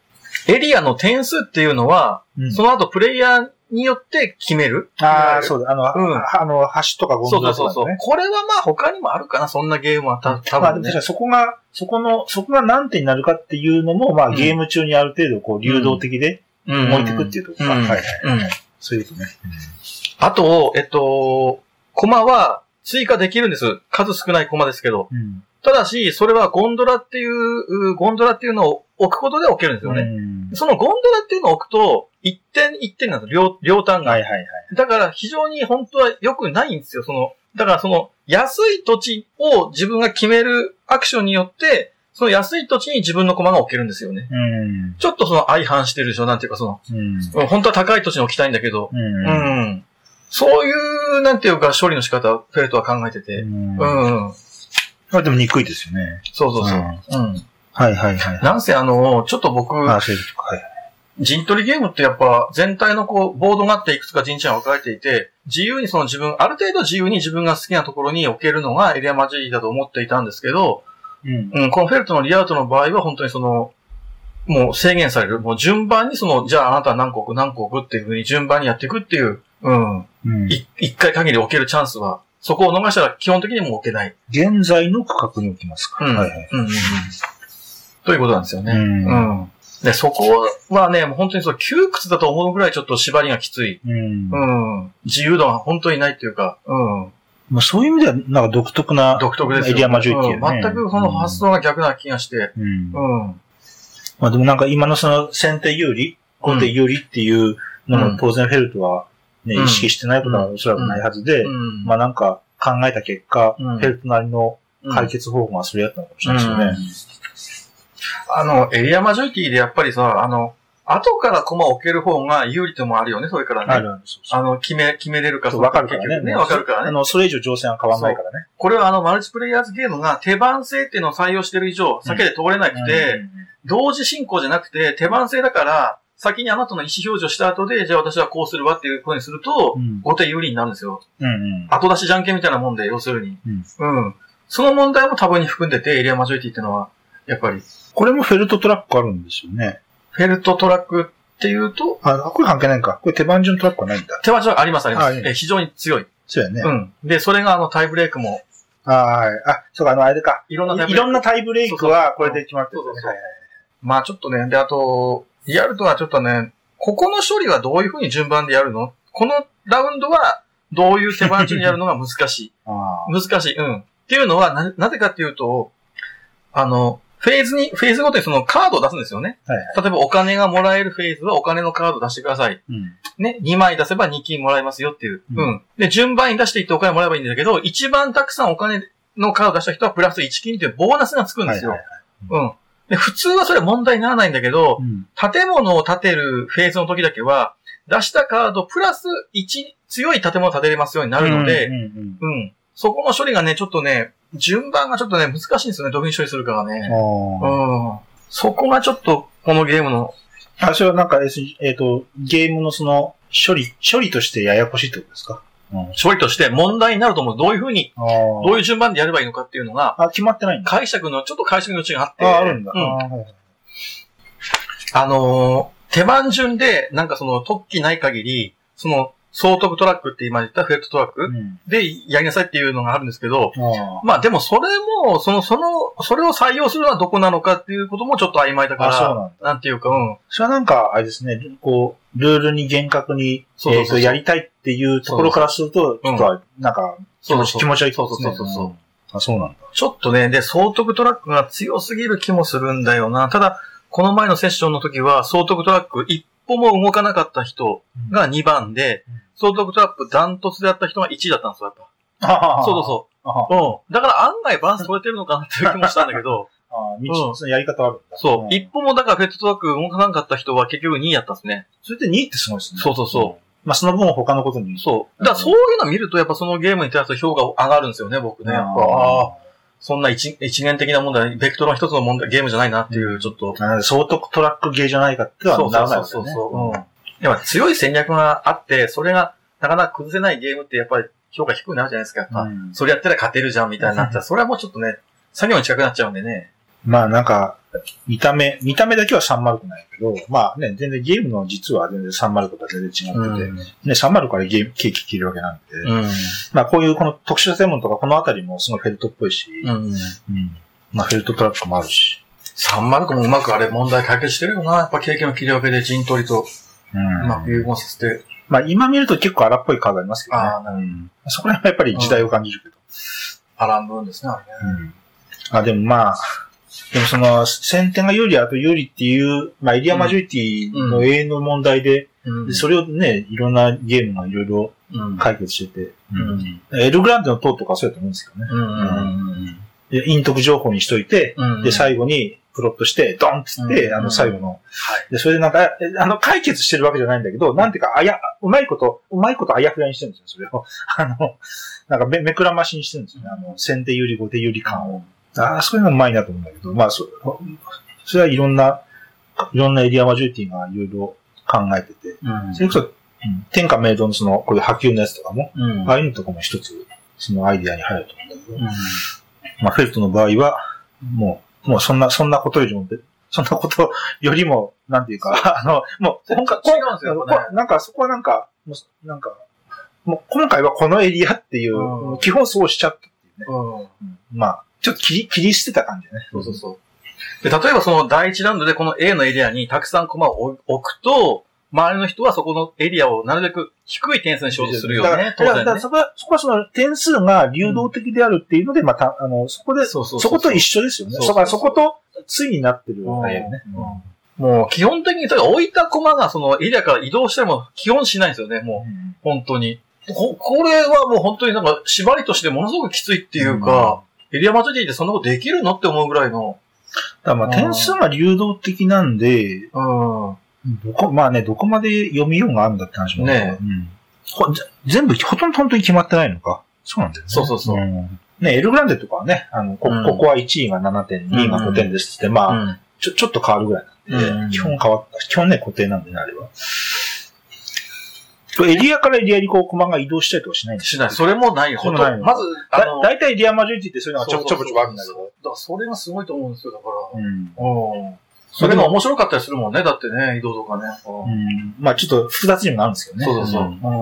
[SPEAKER 1] エリアの点数っていうのは、
[SPEAKER 2] うん
[SPEAKER 1] その後プレイヤーによって決める。
[SPEAKER 2] ああ、
[SPEAKER 1] う。
[SPEAKER 2] そうだ。あの、
[SPEAKER 1] うん
[SPEAKER 2] あの、橋とかゴン
[SPEAKER 1] そう
[SPEAKER 2] ド
[SPEAKER 1] そうそ
[SPEAKER 2] ラと
[SPEAKER 1] う
[SPEAKER 2] か
[SPEAKER 1] そう、
[SPEAKER 2] ね。
[SPEAKER 1] これはまあ他にもあるかな、そんなゲームはた多
[SPEAKER 2] まあ、
[SPEAKER 1] 分
[SPEAKER 2] で
[SPEAKER 1] ね
[SPEAKER 2] も確か。にそこが、そこの、そこが何点になるかっていうのも、まあ、
[SPEAKER 1] うん
[SPEAKER 2] ゲーム中にある程度、こう、流動的で
[SPEAKER 1] うん
[SPEAKER 2] 動いていくっていうところか。はいはい。
[SPEAKER 1] うん。
[SPEAKER 2] そういうことね。
[SPEAKER 1] あと、えっと、コマは追加できるんです。数少ないコマですけど。
[SPEAKER 2] うん。
[SPEAKER 1] ただし、それはゴンドラっていううー、ゴンドラっていうのを置くことで置けるんですよね。
[SPEAKER 2] うん
[SPEAKER 1] そのゴンドラっていうのを置くと、一点一点なんですよ。両、両端が。
[SPEAKER 2] はいはいはい。
[SPEAKER 1] だから非常に本当は良くないんですよ。その、だからその安い土地を自分が決めるアクションによって、その安い土地に自分の駒が置けるんですよね。
[SPEAKER 2] うん。
[SPEAKER 1] ちょっとその相反してるでしょ。なんていうかその、
[SPEAKER 2] うん。
[SPEAKER 1] うん本当は高い土地に置きたいんだけど、う
[SPEAKER 2] う。
[SPEAKER 1] んん。そういう、なんていうか処理の仕方、フェルトは考えてて。う
[SPEAKER 2] う
[SPEAKER 1] ん。
[SPEAKER 2] ん。
[SPEAKER 1] うん、
[SPEAKER 2] まあ、でも憎いですよね。
[SPEAKER 1] そうそうそう。
[SPEAKER 2] ん
[SPEAKER 1] うん。
[SPEAKER 2] はいはいはい。
[SPEAKER 1] なんせあの、ちょっと僕、
[SPEAKER 2] ああ、そういうことか。はい。
[SPEAKER 1] 陣取りゲームってやっぱ全体のこう、ボードがあっていくつか陣地が分かれていて、自由にその自分、ある程度自由に自分が好きなところに置けるのがエリアマジーだと思っていたんですけど、
[SPEAKER 2] うん。
[SPEAKER 1] うん、このフェルトのリアウトの場合は本当にその、もう制限される。もう順番にその、じゃああなたは何個置く何個置くっていう風に順番にやっていくっていう、うん、
[SPEAKER 2] うん。
[SPEAKER 1] い一回限り置けるチャンスは、そこを逃したら基本的にもう置けない。
[SPEAKER 2] 現在の区画に置きますか。
[SPEAKER 1] うん。
[SPEAKER 2] はいはい。
[SPEAKER 1] うんうんうんということなんですよね。
[SPEAKER 2] う
[SPEAKER 1] うん。で、そこはね、もう本当にそう、窮屈だと思うぐらいちょっと縛りがきつい。
[SPEAKER 2] うん。
[SPEAKER 1] うん。自由度が本当にないっていうか、うん。
[SPEAKER 2] まあ、そういう意味では、なんか独特な
[SPEAKER 1] 独特ですよ
[SPEAKER 2] エリアマジョリティだ
[SPEAKER 1] うん
[SPEAKER 2] ね。
[SPEAKER 1] 全くその発想が逆な気がして、
[SPEAKER 2] うん。うん
[SPEAKER 1] うん。
[SPEAKER 2] まあでもなんか今のその先手有利、後手有利っていうのも当然フェルトはね、
[SPEAKER 1] うん
[SPEAKER 2] 意識してないことはおそらくないはずで、
[SPEAKER 1] うん。
[SPEAKER 2] まあなんか考えた結果、
[SPEAKER 1] うん
[SPEAKER 2] フェルトなりの
[SPEAKER 1] うん
[SPEAKER 2] 解決方法がそれだったのかもしれないです
[SPEAKER 1] あの、エリアマジョリティでやっぱりさ、あの、後から駒を置ける方が有利ともあるよね、それか
[SPEAKER 2] よね。あ
[SPEAKER 1] らね。
[SPEAKER 2] るある、そうそ
[SPEAKER 1] あの、決め、決めれるか
[SPEAKER 2] う。わかるから
[SPEAKER 1] 結局
[SPEAKER 2] ね。
[SPEAKER 1] ね、わかるか
[SPEAKER 2] あ
[SPEAKER 1] らね。
[SPEAKER 2] の、それ以上情勢は変わらないからね。
[SPEAKER 1] これはあの、マルチプレイヤーズゲームが手番制っていうのを採用してる以上、避けて通れなくて、同時進行じゃなくて、手番制だから、先にあなたの意思表示をした後で、じゃあ私はこうするわっていうことにすると
[SPEAKER 2] う、ん、
[SPEAKER 1] 後手有利になるんですよ。
[SPEAKER 2] うん、うん。
[SPEAKER 1] 後出しじゃんけんみたいなもんで、要するに。
[SPEAKER 2] うん
[SPEAKER 1] うん。その問題も多分に含んでて、エリアマジョリティってのは、やっぱり、
[SPEAKER 2] これもフェルトトラックあるんですよね。
[SPEAKER 1] フェルトトラックっていうと、
[SPEAKER 2] あ、これ関係ないか。これ手番順トラックはないんだ。
[SPEAKER 1] 手番上ありますありま
[SPEAKER 2] あい
[SPEAKER 1] す
[SPEAKER 2] い。ね
[SPEAKER 1] え非常に強い。
[SPEAKER 2] そうやね。
[SPEAKER 1] うん。で、それがあのタイブレイクも、
[SPEAKER 2] はい。あ、そうか、あの、あれか。
[SPEAKER 1] いろんなタイブレ
[SPEAKER 2] い
[SPEAKER 1] イ
[SPEAKER 2] ろ
[SPEAKER 1] ク。
[SPEAKER 2] んなタイブレイクはこれで決まってる
[SPEAKER 1] そうそ
[SPEAKER 2] よ
[SPEAKER 1] う
[SPEAKER 2] ね。
[SPEAKER 1] そう
[SPEAKER 2] はいはい
[SPEAKER 1] まあちょっとね、で、あと、リアルとはちょっとね、ここの処理はどういうふうに順番でやるのこのラウンドは、どういう手番順にやるのが難しい。
[SPEAKER 2] ああ。
[SPEAKER 1] 難しい。うん。っていうのは、な、なぜかっていうと、あの、フェーズに、フェーズごとにそのカードを出すんですよね。
[SPEAKER 2] はいはい。
[SPEAKER 1] 例えばお金がもらえるフェーズはお金のカードを出してください。
[SPEAKER 2] うん。
[SPEAKER 1] ね。2枚出せば2金もらえますよっていう。う
[SPEAKER 2] う
[SPEAKER 1] んん。で、順番に出していってお金もらえばいいんだけど、一番たくさんお金のカード出した人はプラス1金っていうボーナスがつくんですよ。
[SPEAKER 2] はい
[SPEAKER 1] うん。で、普通はそれは問題にならないんだけど、建物を建てるフェーズの時だけは、出したカードプラス1強い建物を建てれますようにな
[SPEAKER 2] あ
[SPEAKER 1] るので、
[SPEAKER 2] うんうん
[SPEAKER 1] うん。そこの処理がね、ちょっとね、順番がちょっとね、難しいんですよね。どういうふうに処理するかが
[SPEAKER 2] う
[SPEAKER 1] ね。
[SPEAKER 2] んあ
[SPEAKER 1] う
[SPEAKER 2] ー
[SPEAKER 1] ん。そこがちょっと、このゲームの、
[SPEAKER 2] あそれはなんか、えーえっと、ゲームのその、処理、処理としてややこしいってことですかうん
[SPEAKER 1] 処理として問題になると思う。どういうふうに、
[SPEAKER 2] あー
[SPEAKER 1] どういう順番でやればいいのかっていうのが、
[SPEAKER 2] あ、決まってないんだ。
[SPEAKER 1] 解釈の、ちょっと解釈の余地があって、
[SPEAKER 2] ああ、あるんだ。
[SPEAKER 1] うん
[SPEAKER 2] あーはいはい
[SPEAKER 1] あのー手番順で、なんかその、特記ない限り、その、総督トラックって今言ったフェットトラック
[SPEAKER 2] うん
[SPEAKER 1] でやりなさいっていうのがあるんですけど、
[SPEAKER 2] あ
[SPEAKER 1] まあでもそれも、その、その、それを採用するのはどこなのかっていうこともちょっと曖昧だか
[SPEAKER 2] あ、そうなん
[SPEAKER 1] ら、な
[SPEAKER 2] だ。
[SPEAKER 1] んていうか、うん。
[SPEAKER 2] それはなんか、あれですね、こう、ルールに厳格に、
[SPEAKER 1] そうそう
[SPEAKER 2] えー
[SPEAKER 1] そう
[SPEAKER 2] とやりたいっていうところからすると、ち
[SPEAKER 1] そ
[SPEAKER 2] ょ
[SPEAKER 1] うそ
[SPEAKER 2] っと、なんか、気
[SPEAKER 1] そう
[SPEAKER 2] 持ち
[SPEAKER 1] そう
[SPEAKER 2] 気持ち悪いですね。
[SPEAKER 1] そうそうそうそう
[SPEAKER 2] あ、そうなんだ。
[SPEAKER 1] ちょっとね、で、総督トラックが強すぎる気もするんだよな。ただ、この前のセッションの時は、総督トラック一歩も動かなかった人が2番で
[SPEAKER 2] うん、
[SPEAKER 1] 総督トラックダントツであった人が1位だったんですよ、やっぱ。そうそう
[SPEAKER 2] そう。
[SPEAKER 1] うそう。うん。だから案外バランス取れてるのかなっていう気もしたんだけ ど、
[SPEAKER 2] ああ、道、そのやり方あるんだ。
[SPEAKER 1] そ
[SPEAKER 2] ん
[SPEAKER 1] う。一歩もだからフェットトラック動かなかった人は結局2位やったんですね。
[SPEAKER 2] それで2位ってすごいですね。。
[SPEAKER 1] そうそうそう
[SPEAKER 2] まあ、その分他のことに。
[SPEAKER 1] そう。だからそういうの見ると、やっぱそのゲームに対する評価が上がるんですよね、僕ね。やっぱ、ああ、そんな一一元的な問題、ベクトルの一つの問題、ゲームじゃないなっていう、ちょっと。
[SPEAKER 2] あ。総督トラック芸じゃないかってはならないです
[SPEAKER 1] そ
[SPEAKER 2] ね。
[SPEAKER 1] うそうそうそううんやっぱ強い戦略があって、それがなかなか崩せないゲームってやっぱり評価低くなるじゃないですか。やっぱ
[SPEAKER 2] うん
[SPEAKER 1] それやったら勝てるじゃんみたいになったら、それはもうちょっとね、作業に近くなっちゃうんでね。
[SPEAKER 2] まあ、なんか、見た目、見た目だけは309なんやけど、まあね、全然ゲームの実は全然309とは全然違ってて、
[SPEAKER 1] うん
[SPEAKER 2] ね、309からゲーム、ケーキ切るわけなんで、
[SPEAKER 1] うん。
[SPEAKER 2] まあこういうこの特殊な専門とかこのあたりもすごいフェルトっぽいし、
[SPEAKER 1] うん。
[SPEAKER 2] うんまあフェルトトラックもあるし、
[SPEAKER 1] 309もうまくあれ問題解決してるよな。やっぱ経験の切り分けで陣取りと
[SPEAKER 2] うん
[SPEAKER 1] うまく融合させて。
[SPEAKER 2] まあ今見ると結構荒っぽいカードありますけどね。
[SPEAKER 1] ああ
[SPEAKER 2] うんそこら辺はやっぱり時代を感じるけど。
[SPEAKER 1] アランブーンですね。
[SPEAKER 2] うんあ、でもまあ、でもその、先天が有利、あと有利っていう、まあエリアマジョリティの永遠の問題で、
[SPEAKER 1] う
[SPEAKER 2] でそれをね、いろんなゲームがいろいろ
[SPEAKER 1] うん。
[SPEAKER 2] 解決してて、
[SPEAKER 1] うん。
[SPEAKER 2] エルグランデの塔とかそうやと思うんですけどね。
[SPEAKER 1] うん。
[SPEAKER 2] で陰徳情報にしといて、
[SPEAKER 1] うん。
[SPEAKER 2] で、最後にプロットして、ドンっつって、
[SPEAKER 1] うん
[SPEAKER 2] あ
[SPEAKER 1] う
[SPEAKER 2] の、
[SPEAKER 1] ん
[SPEAKER 2] 最後の、で、それでなんか、えあの、解決してるわけじゃないんだけど、なんていうか、あや、うまいこと、うまいことあやふやにしてるんですよ、それを。 あの、なんかめ、めくらましにしてるんですよね。あの、先手有利、後手有利感を。ああ、そういうのうまいなと思うんだけど、まあ、そ、それはいろんな、いろんなエリアマジョリティがいろいろ考えてて、
[SPEAKER 1] うん
[SPEAKER 2] それこそ、うん天下明堂のその、これ波及のやつとかも、
[SPEAKER 1] うん。
[SPEAKER 2] ああいうのとかも一つ、そのアイディアに入ると思うんだけど、
[SPEAKER 1] うん
[SPEAKER 2] まあ、フェルトの場合は、もう、もうそんな、そんなことよりも、そんなことよりも、なんていうか、あの、もう、今回、
[SPEAKER 1] 違うんですよね
[SPEAKER 2] こなんか、そこはなんか、もうなんか、もう今回はこのエリアっていう、
[SPEAKER 1] うん
[SPEAKER 2] 基本そうしちゃったっていうね。
[SPEAKER 1] うん。
[SPEAKER 2] まあ、ちょっと切り、切り捨てた感じね。
[SPEAKER 1] そうそうそう。で、例えばその第1ラウンドでこの A のエリアにたくさんコマを置くと、周りの人はそこのエリアをなるべく低い点数にしようとするよ
[SPEAKER 2] だから
[SPEAKER 1] ね、当
[SPEAKER 2] だから
[SPEAKER 1] 然
[SPEAKER 2] だから
[SPEAKER 1] ね。
[SPEAKER 2] そこは、そこはその点数が流動的であるっていうので、まあた、あの、そこで、
[SPEAKER 1] そうそ
[SPEAKER 2] そこと一緒ですよね。
[SPEAKER 1] そうそう
[SPEAKER 2] そこはそこと、ついになってるよね。
[SPEAKER 1] もう基本的に、それ置いたコマがそのエリアから移動しても基本しないんですよね、もう。
[SPEAKER 2] うん
[SPEAKER 1] 本当に。ここれはもう本当になんか縛りとしてものすごくきついっていうか、エリアマジョリティでそんなことできるのって思うぐらいの。
[SPEAKER 2] だからまあ、点数が流動的なん
[SPEAKER 1] う
[SPEAKER 2] で、
[SPEAKER 1] ん。
[SPEAKER 2] どこ、まあね、どこまで読みようがあるんだって話もあるから
[SPEAKER 1] ね
[SPEAKER 2] うんこぜ全部、ほとんど本当に決まってないのか。そうなんだよね。
[SPEAKER 1] そうそうそうん
[SPEAKER 2] ね、エルグランデとかはね、あの、こ、
[SPEAKER 1] うん
[SPEAKER 2] ここは1位が7点、2位が5点ですって、
[SPEAKER 1] う
[SPEAKER 2] まあ、
[SPEAKER 1] ん。
[SPEAKER 2] ちょ、ちょっと変わるぐらいなんで、
[SPEAKER 1] うん
[SPEAKER 2] 基本変わった。基本ね、固定なんでね、あれは。これエリアからエリアにこう、駒が移動したりとかしないんです
[SPEAKER 1] しない。それもないよ。
[SPEAKER 2] そ
[SPEAKER 1] ほ
[SPEAKER 2] う
[SPEAKER 1] とん
[SPEAKER 2] ない
[SPEAKER 1] ど
[SPEAKER 2] の
[SPEAKER 1] まず、あ
[SPEAKER 2] だ
[SPEAKER 1] の、
[SPEAKER 2] だいたいエリアマジョリティってそういうのがちょこちょこちょこあるんだけ
[SPEAKER 1] そう
[SPEAKER 2] ど。
[SPEAKER 1] だからそれがすごいと思うんですよ、だから。
[SPEAKER 2] うん
[SPEAKER 1] うん。それが面白かったりするもんね、だってね、移動とかね。
[SPEAKER 2] う
[SPEAKER 1] うん
[SPEAKER 2] んまあちょっと複雑にもなるんですけどね。
[SPEAKER 1] そうそうそう。
[SPEAKER 2] ん
[SPEAKER 1] うん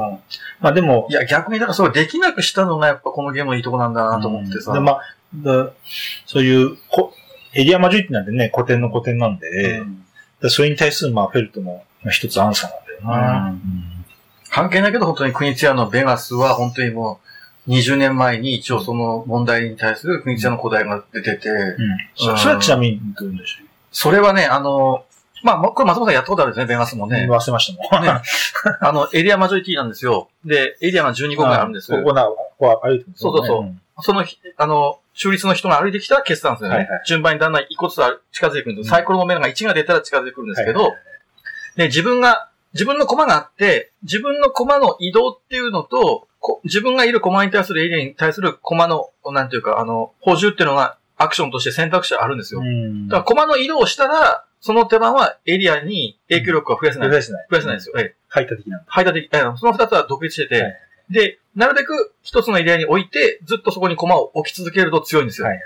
[SPEAKER 2] まあでも
[SPEAKER 1] い、や、逆にだからそれできなくしたのがやっぱこのゲームのいいとこなんだなと思ってさ。
[SPEAKER 2] で、まあ、だそういう、こエリアマジョリティなんでね、古典の古典なんで、
[SPEAKER 1] うん
[SPEAKER 2] だそれに対する、まあ、フェルトのまあ一つアンサーなんだよな。
[SPEAKER 1] 関係ないけど、本当に国津屋のベガスは本当にもう、20年前に一応その問題に対する国津屋の答えが出てて、
[SPEAKER 2] うんそ
[SPEAKER 1] うん
[SPEAKER 2] それはちなみにどういうんでしょ
[SPEAKER 1] それはね、あの、まあ、これ松本さんやったことあるんですね、ベガスも
[SPEAKER 2] う、
[SPEAKER 1] ね。
[SPEAKER 2] 忘れましたもん。
[SPEAKER 1] ねあの、エリアマジョリティなんですよ。で、エリアが12個ぐらいあるんです
[SPEAKER 2] こ。こな、ここは歩いてるんです
[SPEAKER 1] そうそうそう
[SPEAKER 2] うん
[SPEAKER 1] そのひ、あの、中立の人が歩いてきたら消したんですよね。
[SPEAKER 2] はいは
[SPEAKER 1] 順番にだんだん一個ずつ近づいてくるんです。
[SPEAKER 2] うん
[SPEAKER 1] サイコロの目が1が出たら近づいてくるんですけど、
[SPEAKER 2] は
[SPEAKER 1] で、自分が、自分の駒があって、自分の駒の移動っていうのと、こ自分がいる駒に対するエリアに対する駒の、なんていうか、あの、補充っていうのがアクションとして選択肢はあるんですよ。
[SPEAKER 2] ん
[SPEAKER 1] だから駒の移動をしたら、その手番はエリアに影響力は増やせない。
[SPEAKER 2] 増やせない。
[SPEAKER 1] 増やせないですよ。ええ
[SPEAKER 2] 排他的なんだ。
[SPEAKER 1] 排他的、ええその二つは独立してて、
[SPEAKER 2] はい
[SPEAKER 1] で、なるべく一つのエリアに置いて、ずっとそこに駒を置き続けると強いんですよ。
[SPEAKER 2] はい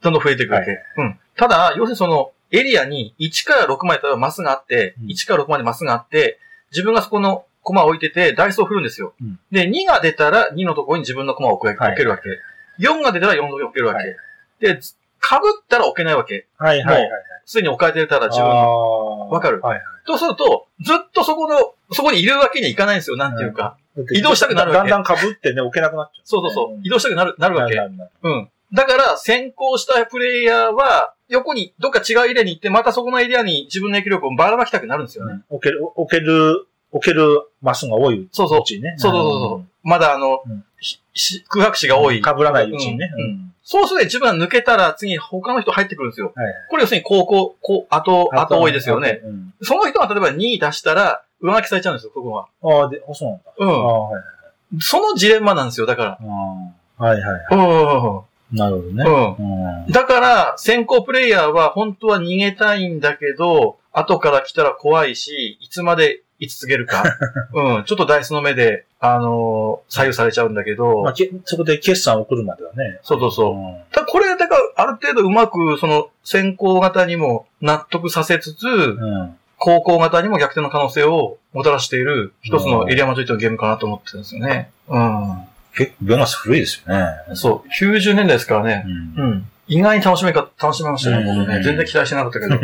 [SPEAKER 1] どんどん増えていくわけ。うん。ただ、要するにその、エリアに1から6まで、例えばマスがあって、
[SPEAKER 2] うん
[SPEAKER 1] 1から6までマスがあって、自分がそこの駒を置いてて、ダイスを振るんですよ。
[SPEAKER 2] うん
[SPEAKER 1] で、2が出たら2のところに自分の駒を置く
[SPEAKER 2] はい
[SPEAKER 1] 置けるわけ。4が出たら4のところに置けるわけ。
[SPEAKER 2] はい
[SPEAKER 1] で、ず被ったら置けないわけ。
[SPEAKER 2] はいはいはい。
[SPEAKER 1] すでに置かれてたら自分の。
[SPEAKER 2] 分
[SPEAKER 1] わかる
[SPEAKER 2] はい
[SPEAKER 1] とすると、ずっとそこの、そこにいるわけにいかないんですよ、なんていうか。
[SPEAKER 2] はい。
[SPEAKER 1] 移動したくなるわ
[SPEAKER 2] だ
[SPEAKER 1] け
[SPEAKER 2] んだんだん被ってね、置けなくなっちゃう。。
[SPEAKER 1] そうそうそううん移動したくなる、なるわけ。
[SPEAKER 2] なるなる
[SPEAKER 1] うん。だから、先行したプレイヤーは、横に、どっか違うエリアに行って、またそこのエリアに自分の影響力をばらまきたくなるんですよね。
[SPEAKER 2] うん置ける、置ける、置けるマスが多いう
[SPEAKER 1] そうそう。
[SPEAKER 2] ちにね。
[SPEAKER 1] そうそうそうそうまだあの、
[SPEAKER 2] うん
[SPEAKER 1] ひし空白紙が多い。
[SPEAKER 2] 被らないうちにね。
[SPEAKER 1] うん
[SPEAKER 2] うん
[SPEAKER 1] そうすると自分が抜けたら、次他の人入ってくるんですよ。
[SPEAKER 2] はい
[SPEAKER 1] これ要するに、高校、こう、後、後多いですよね。。
[SPEAKER 2] うん
[SPEAKER 1] その人が例えば2位出したら、上書きされちゃうんですよ、ここは。
[SPEAKER 2] ああ、で、あそうなんだ。あ
[SPEAKER 1] う
[SPEAKER 2] あ、はい
[SPEAKER 1] ん。そのジレンマなんですよ、だか
[SPEAKER 2] はい。はいは
[SPEAKER 1] ら。う
[SPEAKER 2] い。
[SPEAKER 1] ん。
[SPEAKER 2] なるほどね。
[SPEAKER 1] うん。
[SPEAKER 2] うん
[SPEAKER 1] だから、先行プレイヤーは本当は逃げたいんだけど、後から来たら怖いし、いつまで居続ける か。うん、ちょっとダイスの目で、あのー左右されちゃうんだけど、
[SPEAKER 2] まあ、けそこで決算を送るまではね。
[SPEAKER 1] そうそうそう。
[SPEAKER 2] ん
[SPEAKER 1] ただこれ、だから、ある程度うまく、その、先行型にも納得させつつ、
[SPEAKER 2] うん。
[SPEAKER 1] 後攻型にも逆転の可能性をもたらしている、一つのエリアマジョリティのゲームかなと思ってるんですよね。うん。
[SPEAKER 2] 結構、ベガス古いですよね。
[SPEAKER 1] そう、90年代ですからね。
[SPEAKER 2] うん
[SPEAKER 1] うん。意外に楽しめか、楽しめましたね、
[SPEAKER 2] うん
[SPEAKER 1] 僕ね。全然期待してなかったけど。